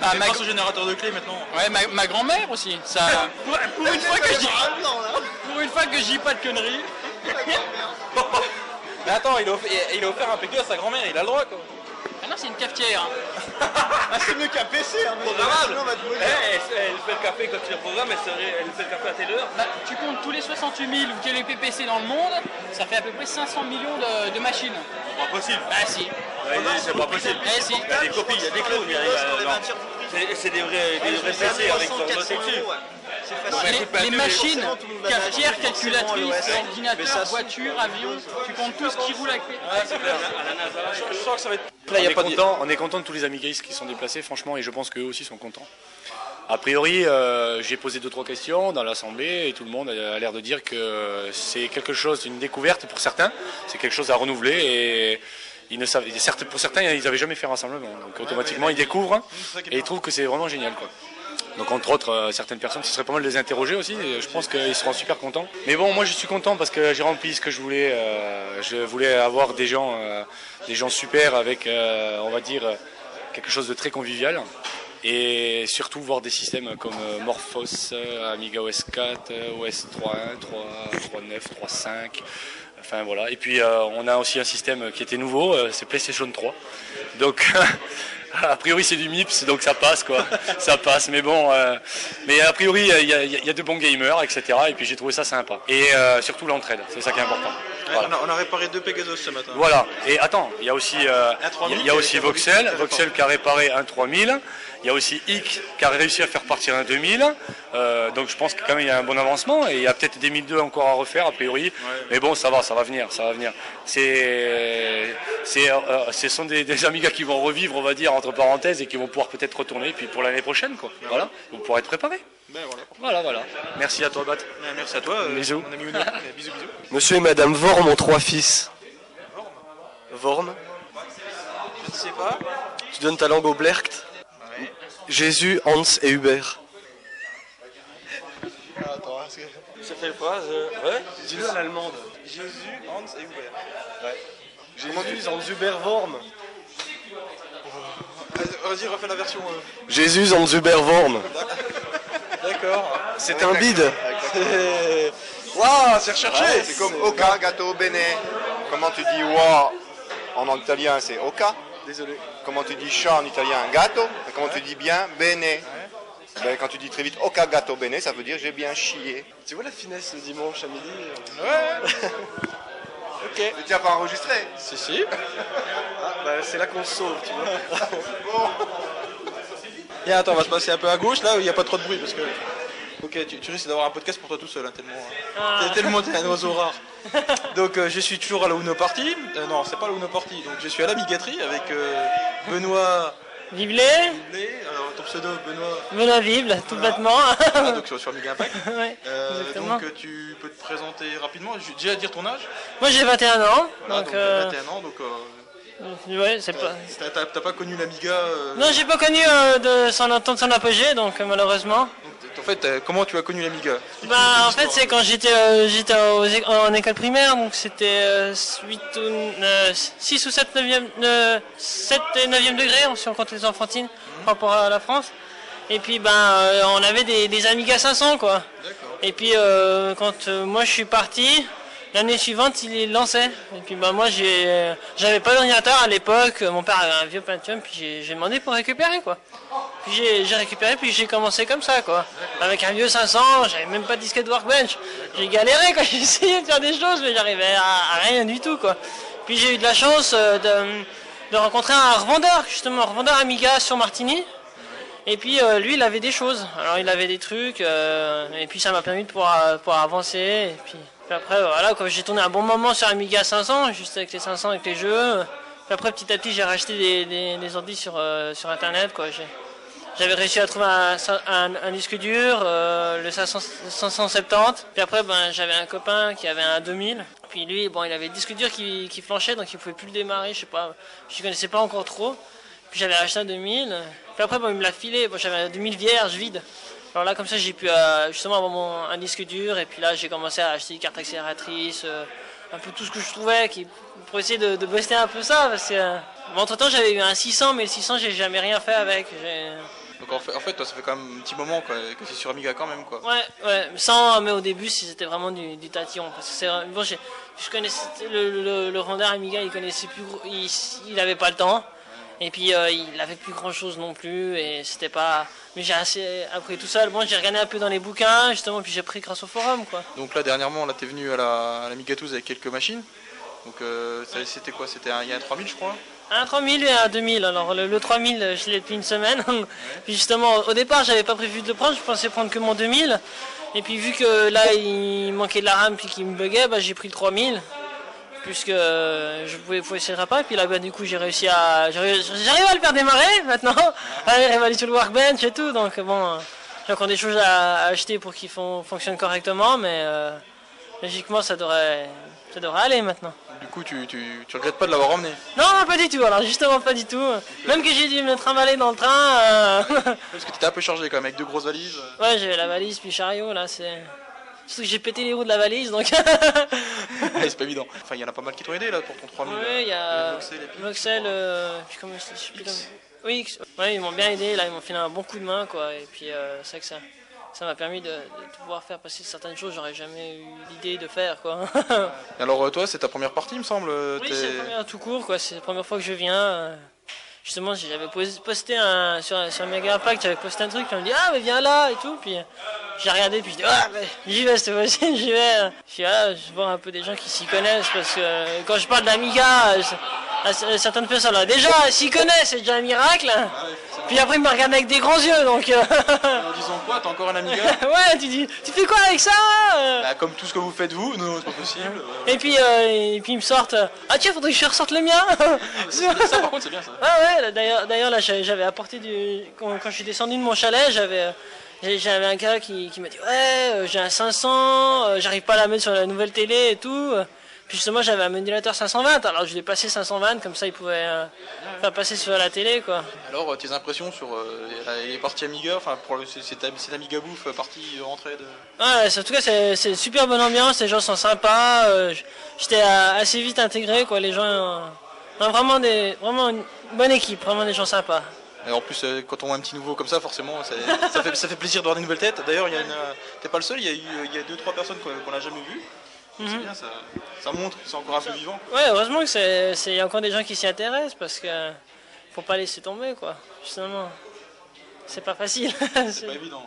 S2: Bah,
S1: Bah,
S2: ma-
S1: grâce au générateur de clés maintenant.
S2: Ouais, ma, ma grand-mère aussi. Ça,
S14: Ah.
S2: pour, pour une fois que je dis, pour une fois que je dis pas de conneries.
S1: Mais attends, il a, offert, il a offert un PQ à sa grand-mère, il a le droit quoi.
S2: Ah non, c'est une cafetière.
S5: c'est mieux qu'un PC, hein, mais
S14: Programmable
S5: sinon, on va te voler.
S14: Eh, elle, elle fait le café quand tu le programmes, elle, se ré- elle fait le café à telle heure.
S2: Bah, tu comptes tous les 68 000 ou quel est PPC dans le monde, ça fait à peu près 500 millions de, de machines.
S14: C'est pas possible
S2: Bah si.
S14: C'est pas possible
S2: Eh si.
S14: Il y a des copies, il y a des clones, il y a- il y a- non. C'est- C'est des vrais, des vrais PC avec leur note dessus. Ah,
S2: Les- les, machines, cafetières, calculatrices,
S14: Mais ça,
S2: ordinateurs,
S14: c'est-
S2: voitures, avions, tu comptes tout ce qui roule avec
S1: Je sens que ça va être...
S6: Là, y a pas de- on est content de tous les amigristes qui sont déplacés, franchement, et je pense qu'eux aussi sont contents. A priori, euh, j'ai posé deux trois questions dans l'assemblée et tout le monde a l'air de dire que c'est quelque chose, une découverte pour certains, c'est quelque chose à renouveler et ils ne savent, certes, pour certains, ils n'avaient jamais fait un rassemblement, donc automatiquement ils découvrent et ils trouvent que c'est vraiment génial. quoi. Donc entre autres, euh, certaines personnes, ce serait pas mal de les interroger aussi. et je pense qu'ils seront super contents. Mais bon, moi je suis content parce que j'ai rempli ce que je voulais. euh, je voulais avoir des gens, euh, des gens super avec, euh, on va dire, euh, quelque chose de très convivial. Et surtout voir des systèmes comme euh, Morphos, euh, Amiga OS 4, euh, OS 3.1, 3, 3.9, 3.5. Enfin voilà. Et puis euh, on a aussi un système qui était nouveau, euh, c'est PlayStation 3. Donc a priori c'est du MIPS, donc ça passe quoi. ça passe. Mais bon, euh, mais a priori il y, a- il y a de bons gamers, etc. Et puis j'ai trouvé ça sympa. Et euh, surtout l'entraide, c'est ça qui est important. Voilà.
S13: on, a, on a réparé deux Pegasus ce matin.
S6: Voilà. Et attends, il y a aussi, euh, il y a- il y a aussi Voxel, Voxel qui a réparé un 3000. Il y a aussi Hick qui a réussi à faire partir un 2000. Euh, donc je pense que quand même il y a un bon avancement et il y a peut-être des 1002 encore à refaire a priori. Mais bon, ça va, ça va venir, ça va venir. C'est, c'est, euh, ce sont des, des Amigas qui vont revivre, on va dire entre parenthèses, et qui vont pouvoir peut-être retourner. Puis pour l'année prochaine, quoi. Voilà, vous pourrez être préparé. Voilà, voilà. Merci à toi, Bat.
S13: Merci à toi. euh,
S6: Bisous.
S13: mon ami Uno. Mais bisous, bisous.
S15: Monsieur et Madame Vorm ont trois fils. Vorm
S13: Je ne sais pas.
S15: Tu donnes ta langue au Blerkt Jésus, Hans et Hubert.
S14: Ça fait une phrase. euh, Ouais
S16: Dis-le à l'allemande.
S14: Jésus, Hans et Hubert. Euh,
S16: Ouais. Comment tu dis en Zubervorm
S1: Vas-y, refais la version. euh.
S15: Jésus, Hans, Hubert, Worm.
S1: D'accord.
S15: C'est un bide.
S1: C'est- Waouh, c'est recherché.
S16: Ah C'est comme Oka, gâteau au Bénet. Comment tu dis wa en italien, c'est Oka.
S1: Désolé.
S16: Comment tu dis chat en italien, gâteau. Et comment tu dis bien, Bénet. Ben, quand tu dis très vite Oka, gâteau Bénet, ça veut dire j'ai bien chié.
S1: Tu vois la finesse le dimanche à midi
S16: Ouais Ok. Mais tu n'as pas enregistré
S1: Si, si.
S16: c'est là qu'on se sauve, tu vois.
S1: Et attends, on va se passer un peu à gauche là où il n'y a pas trop de bruit parce que. Ok, tu, tu risques d'avoir un podcast pour toi tout seul, hein, tellement. hein. T'es tellement t'es un oiseau rare. Donc euh, je suis toujours à la Uno Party. Euh, non, c'est pas la Uno Party. Donc je suis à la Migaterie avec euh, Benoît.
S17: Vivelet
S1: Alors ton pseudo Benoît.
S17: Benoît Vive, là, tout bêtement.
S1: Ah, donc sur, sur Mega Impact.
S17: Ouais,
S1: Euh,
S17: exactement.
S1: donc euh, tu peux te présenter rapidement. J'ai- Déjà dire ton âge.
S17: Moi j'ai 21 ans,
S1: Voilà,
S17: donc,
S1: donc,
S17: euh,
S1: 21 ans, donc. euh,
S17: ouais, c'est
S1: t'as-
S17: pas...
S1: t'as- T'as t'as pas connu l'Amiga. euh,
S17: Non, j'ai pas connu euh, de son entendre son apogée, donc euh, malheureusement.
S1: En fait, euh, comment tu as connu l'Amiga
S17: Bah, en fait, c'est quand j'étais euh, j'étais aux é- en école primaire, donc c'était euh, 6 euh, ou 7, 9e, 7 et 9e degré, si on compte les enfantines, par rapport à la France. Et puis, ben, euh, on avait des, des Amiga 500, quoi. Et puis, euh, quand euh, moi je suis parti, l'année suivante, il les lançait. Et puis, ben, moi, j'ai, euh, j'avais pas d'ordinateur à l'époque, mon père avait un vieux Pentium, puis j'ai- j'ai demandé pour récupérer, quoi. Puis j'ai- j'ai récupéré, puis j'ai commencé comme ça, quoi. Avec un vieux 500, j'avais même pas de disquette Workbench. J'ai galéré, quoi. J'ai essayé de faire des choses, mais j'arrivais à, à rien du tout, quoi. Puis j'ai eu de la chance euh, de, de rencontrer un revendeur, justement, un revendeur Amiga sur Martini. Et puis euh, lui, il avait des choses. Alors il avait des trucs, euh, et puis ça m'a permis de pouvoir, euh, pouvoir avancer. Et puis, puis après, voilà, quoi, j'ai tourné un bon moment sur Amiga 500, juste avec les 500, avec les jeux. Puis après, petit à petit, j'ai racheté des, des, des ordi sur, euh, sur Internet, quoi. J'ai- j'avais réussi à trouver un, un- un disque dur, euh, le 500 570. Puis après, ben, j'avais un copain qui avait un 2000. Puis lui, bon, il avait le disque dur qui, qui flanchait, donc il pouvait plus le démarrer. Je sais pas, je connaissais pas encore trop. Puis j'avais acheté un 2000. Puis après, bon, il me l'a filé. Bon, j'avais un 2000 vierge vide. Alors là, comme ça, j'ai pu euh, justement avoir mon- un disque dur. Et puis là, j'ai commencé à acheter des cartes accélératrices, euh, un peu tout ce que je trouvais qui, pour essayer de, de booster un peu ça. Parce que, euh, bon, entre temps, j'avais eu un 600, mais le 600, j'ai jamais rien fait avec. J'ai-
S1: Donc en fait, en fait, toi, ça fait quand même un petit moment quoi, que c'est sur Amiga quand même quoi.
S17: Ouais, ouais, sans, mais au début, c'était vraiment du, du tatillon. Parce que c'est vrai- bon, j'ai- je connaissais le, le, le rendeur Amiga, il connaissait plus, gros- il, il avait pas le temps. Et puis, euh, il avait plus grand chose non plus. Et c'était pas. Mais j'ai assez appris tout seul. Bon, j'ai regardé un peu dans les bouquins, justement, puis j'ai pris grâce au forum, quoi.
S1: Donc là, dernièrement, là, t'es venu à la, à la Amiga 12 avec quelques machines. Donc euh, ça- c'était quoi C'était un, il y a un 3000, je crois.
S17: Un 3000 et un 2000. Alors le, le 3000, euh, je l'ai depuis une semaine. puis justement, au départ, j'avais pas prévu de le prendre. Je pensais prendre que mon 2000. Et puis vu que là, il manquait de la RAM puis qu'il me buguait, bah, j'ai pris le 3000 puisque euh, je pouvais pouvais essayer le pas. Et puis là, bah, du coup, j'ai réussi à, j'ai réussi- j'arrive à le faire démarrer maintenant. Allez, elle va aller sur le workbench et tout. Donc bon, euh, j'ai encore des choses à, à acheter pour qu'il fon- fonctionne correctement, mais euh, logiquement, ça devrait, ça devrait aller maintenant.
S1: Du coup, tu, tu, tu regrettes pas de l'avoir emmené
S17: Non, non, pas du tout, alors justement pas du tout. Même que j'ai dû me trimballer dans le train. euh,
S1: Parce que t'étais un peu chargé quand même avec deux grosses valises.
S17: ouais, j'avais la valise puis le chariot là, c'est. Surtout que j'ai pété les roues de la valise donc.
S1: Ouais, c'est pas évident. Enfin, il y en a pas mal qui t'ont aidé là pour ton 3000.
S17: ouais, il y
S1: Le
S17: a.
S1: Voxel et puis-
S17: Voxel, euh, je sais comment je sais plus comment- Oui, X. Ouais, ils m'ont bien aidé là, ils m'ont filé un bon coup de main quoi. Et puis euh, c'est vrai que ça. Ça m'a permis de, de pouvoir faire passer certaines choses que j'aurais jamais eu l'idée de faire quoi.
S1: Et Alors euh, toi, c'est ta première partie, il me semble. euh,
S17: Oui,
S1: t'es-
S17: c'est la première tout court, quoi. C'est la première fois que je viens. euh, Justement, j'avais posé- posté un, sur, sur Mega Impact, j'avais posté un truc, puis on me dit Ah, mais viens là et tout. Puis euh, j'ai regardé, puis je dis Ah, mais j'y vais cette fois-ci, j'y vais. Je suis Ah, je vais voir un peu des gens qui s'y connaissent, parce que euh, quand je parle d'Amiga, euh, c'est- à certaines personnes là, déjà s'y connaissent, c'est déjà un miracle. hein.
S1: Ah
S17: Puis après, ils me regardent avec des grands yeux, donc. euh,
S1: En disant quoi, t'as encore un Amiga
S17: ouais, tu dis Tu fais quoi avec ça euh
S1: Bah, Comme tout ce que vous faites vous, non, c'est pas possible. Euh,
S17: et puis, euh, et puis ils me sortent. euh, Ah tiens, faudrait que je ressorte le mien.
S1: Ça par contre, Ah, c'est bien ça.
S17: Ah ouais, là, d'ailleurs, d'ailleurs là, j'avais j'avais apporté du. Quand, quand je suis descendu de mon chalet, j'avais. euh, j'ai- J'avais un gars qui, qui m'a dit Ouais, euh, j'ai un 500, euh, j'arrive pas à la mettre sur la nouvelle télé et tout. Puis justement, j'avais un modulateur 520, alors je l'ai passé 520, comme ça il pouvait euh, faire passer sur la télé, quoi.
S1: Alors, euh, tes impressions sur euh, les- les parties Amiga, enfin, pour le- c'est- c'est c'est Amiga Bouffe, euh, partie euh, rentrée de.
S17: Ouais, c'est- en tout cas, c'est c'est une super bonne ambiance, les gens sont sympas, euh, j- j'étais euh, assez vite intégré, quoi, les gens... euh, non, vraiment, des, vraiment une bonne équipe, vraiment des gens sympas.
S1: Et en plus, euh, quand on voit un petit nouveau comme ça, forcément, c'est- ça, fait, ça fait plaisir de voir des nouvelles têtes. D'ailleurs, il y a une, euh, t'es pas le seul, il y a, eu, euh, il y a deux, trois personnes qu'on qu'on n'a jamais vues. Donc C'est
S17: Mhm.
S1: bien, ça, ça montre que c'est encore un peu vivant.
S17: Ouais, heureusement que c'est, c'est- il y a encore des gens qui s'y intéressent parce que faut pas laisser tomber quoi. Justement, c'est pas facile. C'est pas
S1: évident.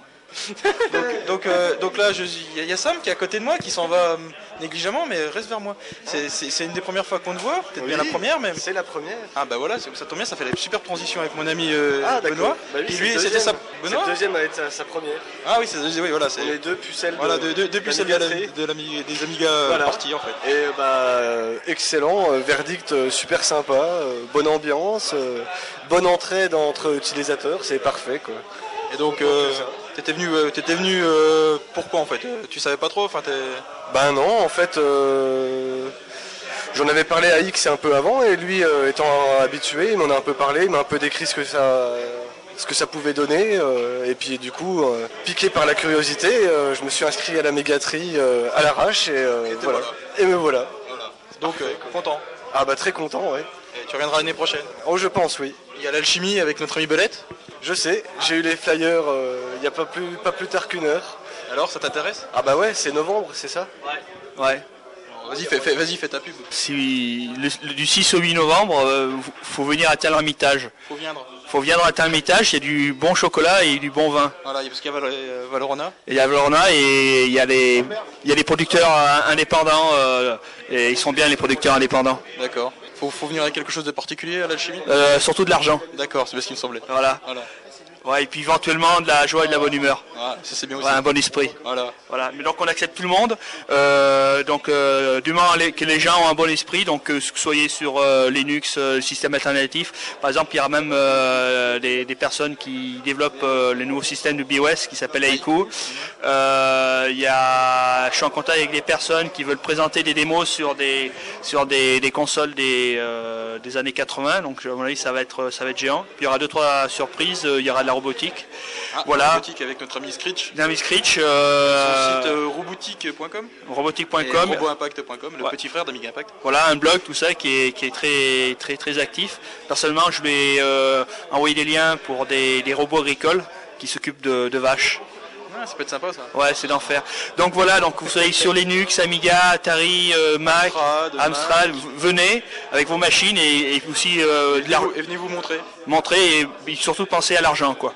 S1: Donc, euh, donc là, je- il y, a- il y a Sam qui est à côté de moi, qui s'en va euh, négligemment, mais reste vers moi. C'est- C'est c'est une des premières fois qu'on te voit, peut-être bien la
S18: Oui,
S1: première même.
S18: C'est la première.
S1: Ah bah voilà, c'est- ça tombe bien, ça fait la super transition avec mon ami euh,
S5: Ah, d'accord.
S1: Benoît.
S5: Bah oui,
S1: Et
S5: c'est
S1: lui,
S5: le
S1: c'était sa
S5: deuxième.
S1: Benoît.
S5: C'est le deuxième
S1: avec sa, première. Ah oui, c'est le deuxième, oui, voilà. C'est les
S5: deux pucelles.
S1: Voilà,
S5: de-
S1: deux, deux, deux pucelles de la-
S5: d'Amiga
S1: de l'Ami- des Amiga euh,
S5: Voilà.
S1: parties en fait.
S5: Et euh, bah, euh, excellent, euh, verdict euh, super sympa, euh, bonne ambiance, euh, bonne entraide entre utilisateurs, c'est parfait quoi.
S1: Et donc, euh, t'étais venu, euh, t'étais venu euh, pourquoi en fait Euh, Tu savais pas trop, enfin t'es.
S5: Ben non, en fait, euh, j'en avais parlé à X un peu avant et lui, euh, étant habitué, il m'en a un peu parlé, il m'a un peu décrit ce que ça, ce que ça pouvait donner. euh, et puis du coup, euh, piqué par la curiosité, euh, je me suis inscrit à la mégaterie euh, à l'arrache et, euh, voilà. Et me voilà.
S1: Donc euh, content.
S5: Ah bah très content, ouais.
S1: Et tu reviendras l'année prochaine.
S5: Oh, je pense, oui.
S1: Il y a l'alchimie avec notre ami Belette
S5: Je sais, j'ai eu les flyers euh, il n'y a pas plus, pas plus tard qu'une heure.
S1: Alors, ça t'intéresse
S5: Ah bah ouais, c'est novembre, c'est ça
S1: Ouais. Vas-y, fais, fais- vas-y, fais ta pub.
S3: Si- le- le- du 6 au 8 novembre, euh, faut- faut venir à Talhermitage.
S1: Faut viendre.
S3: Faut venir à Talhermitage, il y a du bon chocolat et du bon vin.
S1: Voilà, parce qu'il y a Val- euh, Valorona.
S3: Et Il y a Valorna et il y a les, il y a les producteurs euh, indépendants, euh, et ils sont bien les producteurs indépendants.
S1: D'accord. Faut, faut venir avec quelque chose de particulier à l'alchimie
S3: Euh, surtout de l'argent.
S1: D'accord, c'est bien ce qu'il me semblait.
S3: Voilà.
S1: Voilà.
S3: Ouais, et puis éventuellement de la joie et de la bonne humeur.
S1: Voilà, ça, c'est bien aussi.
S3: Ouais, un bon esprit.
S1: Voilà.
S3: Voilà. Mais donc on accepte tout le monde. Euh, donc euh, du moment les- que les gens ont un bon esprit, donc euh, que soyez sur euh, Linux, euh, le système alternatif. Par exemple, il y a même euh, des, des personnes qui développent euh, le nouveau système de BOS qui s'appelle Aiku. Euh, Il y a, je suis en contact avec des personnes qui veulent présenter des démos sur des sur des, des consoles des, euh, des années 80. Donc à mon avis, ça va être ça va être géant. Puis il y aura deux trois surprises. Euh, Il y aura de la robotique.
S1: Ah,
S3: voilà.
S1: Robotique avec notre ami Screech.
S3: Dynamic Screech, euh,
S1: Son site euh, robotique.com.
S3: robotique.com.
S1: Et roboimpact.com, le
S3: Ouais.
S1: petit frère d'Amiga Impact.
S3: Voilà un blog tout ça qui est, qui est très très très actif. Personnellement, je vais euh, envoyer des liens pour des, des robots agricoles qui s'occupent de, de vaches.
S1: Ah, ça peut être sympa ça.
S3: Ouais, c'est d'enfer. Donc voilà, donc vous soyez sur Linux, Amiga, Atari, euh, Mac,
S1: Amstrad,
S3: Amstrad, v- venez avec vos machines et, et aussi euh, de la
S1: Vous- Et venez vous montrer.
S3: montrer et, et surtout penser à l'argent quoi.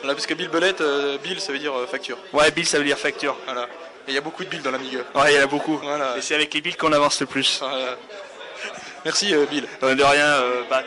S1: Voilà, parce que Bill Belette, euh, Bill ça veut dire euh, facture.
S3: Ouais, bill ça veut dire facture.
S1: Voilà. Et il y a beaucoup de Bill dans l'Amiga.
S3: Ouais, il y en a beaucoup.
S1: Voilà.
S3: Et c'est avec les billes qu'on avance le plus.
S1: Merci euh, Bill.
S3: De rien, euh, Bat.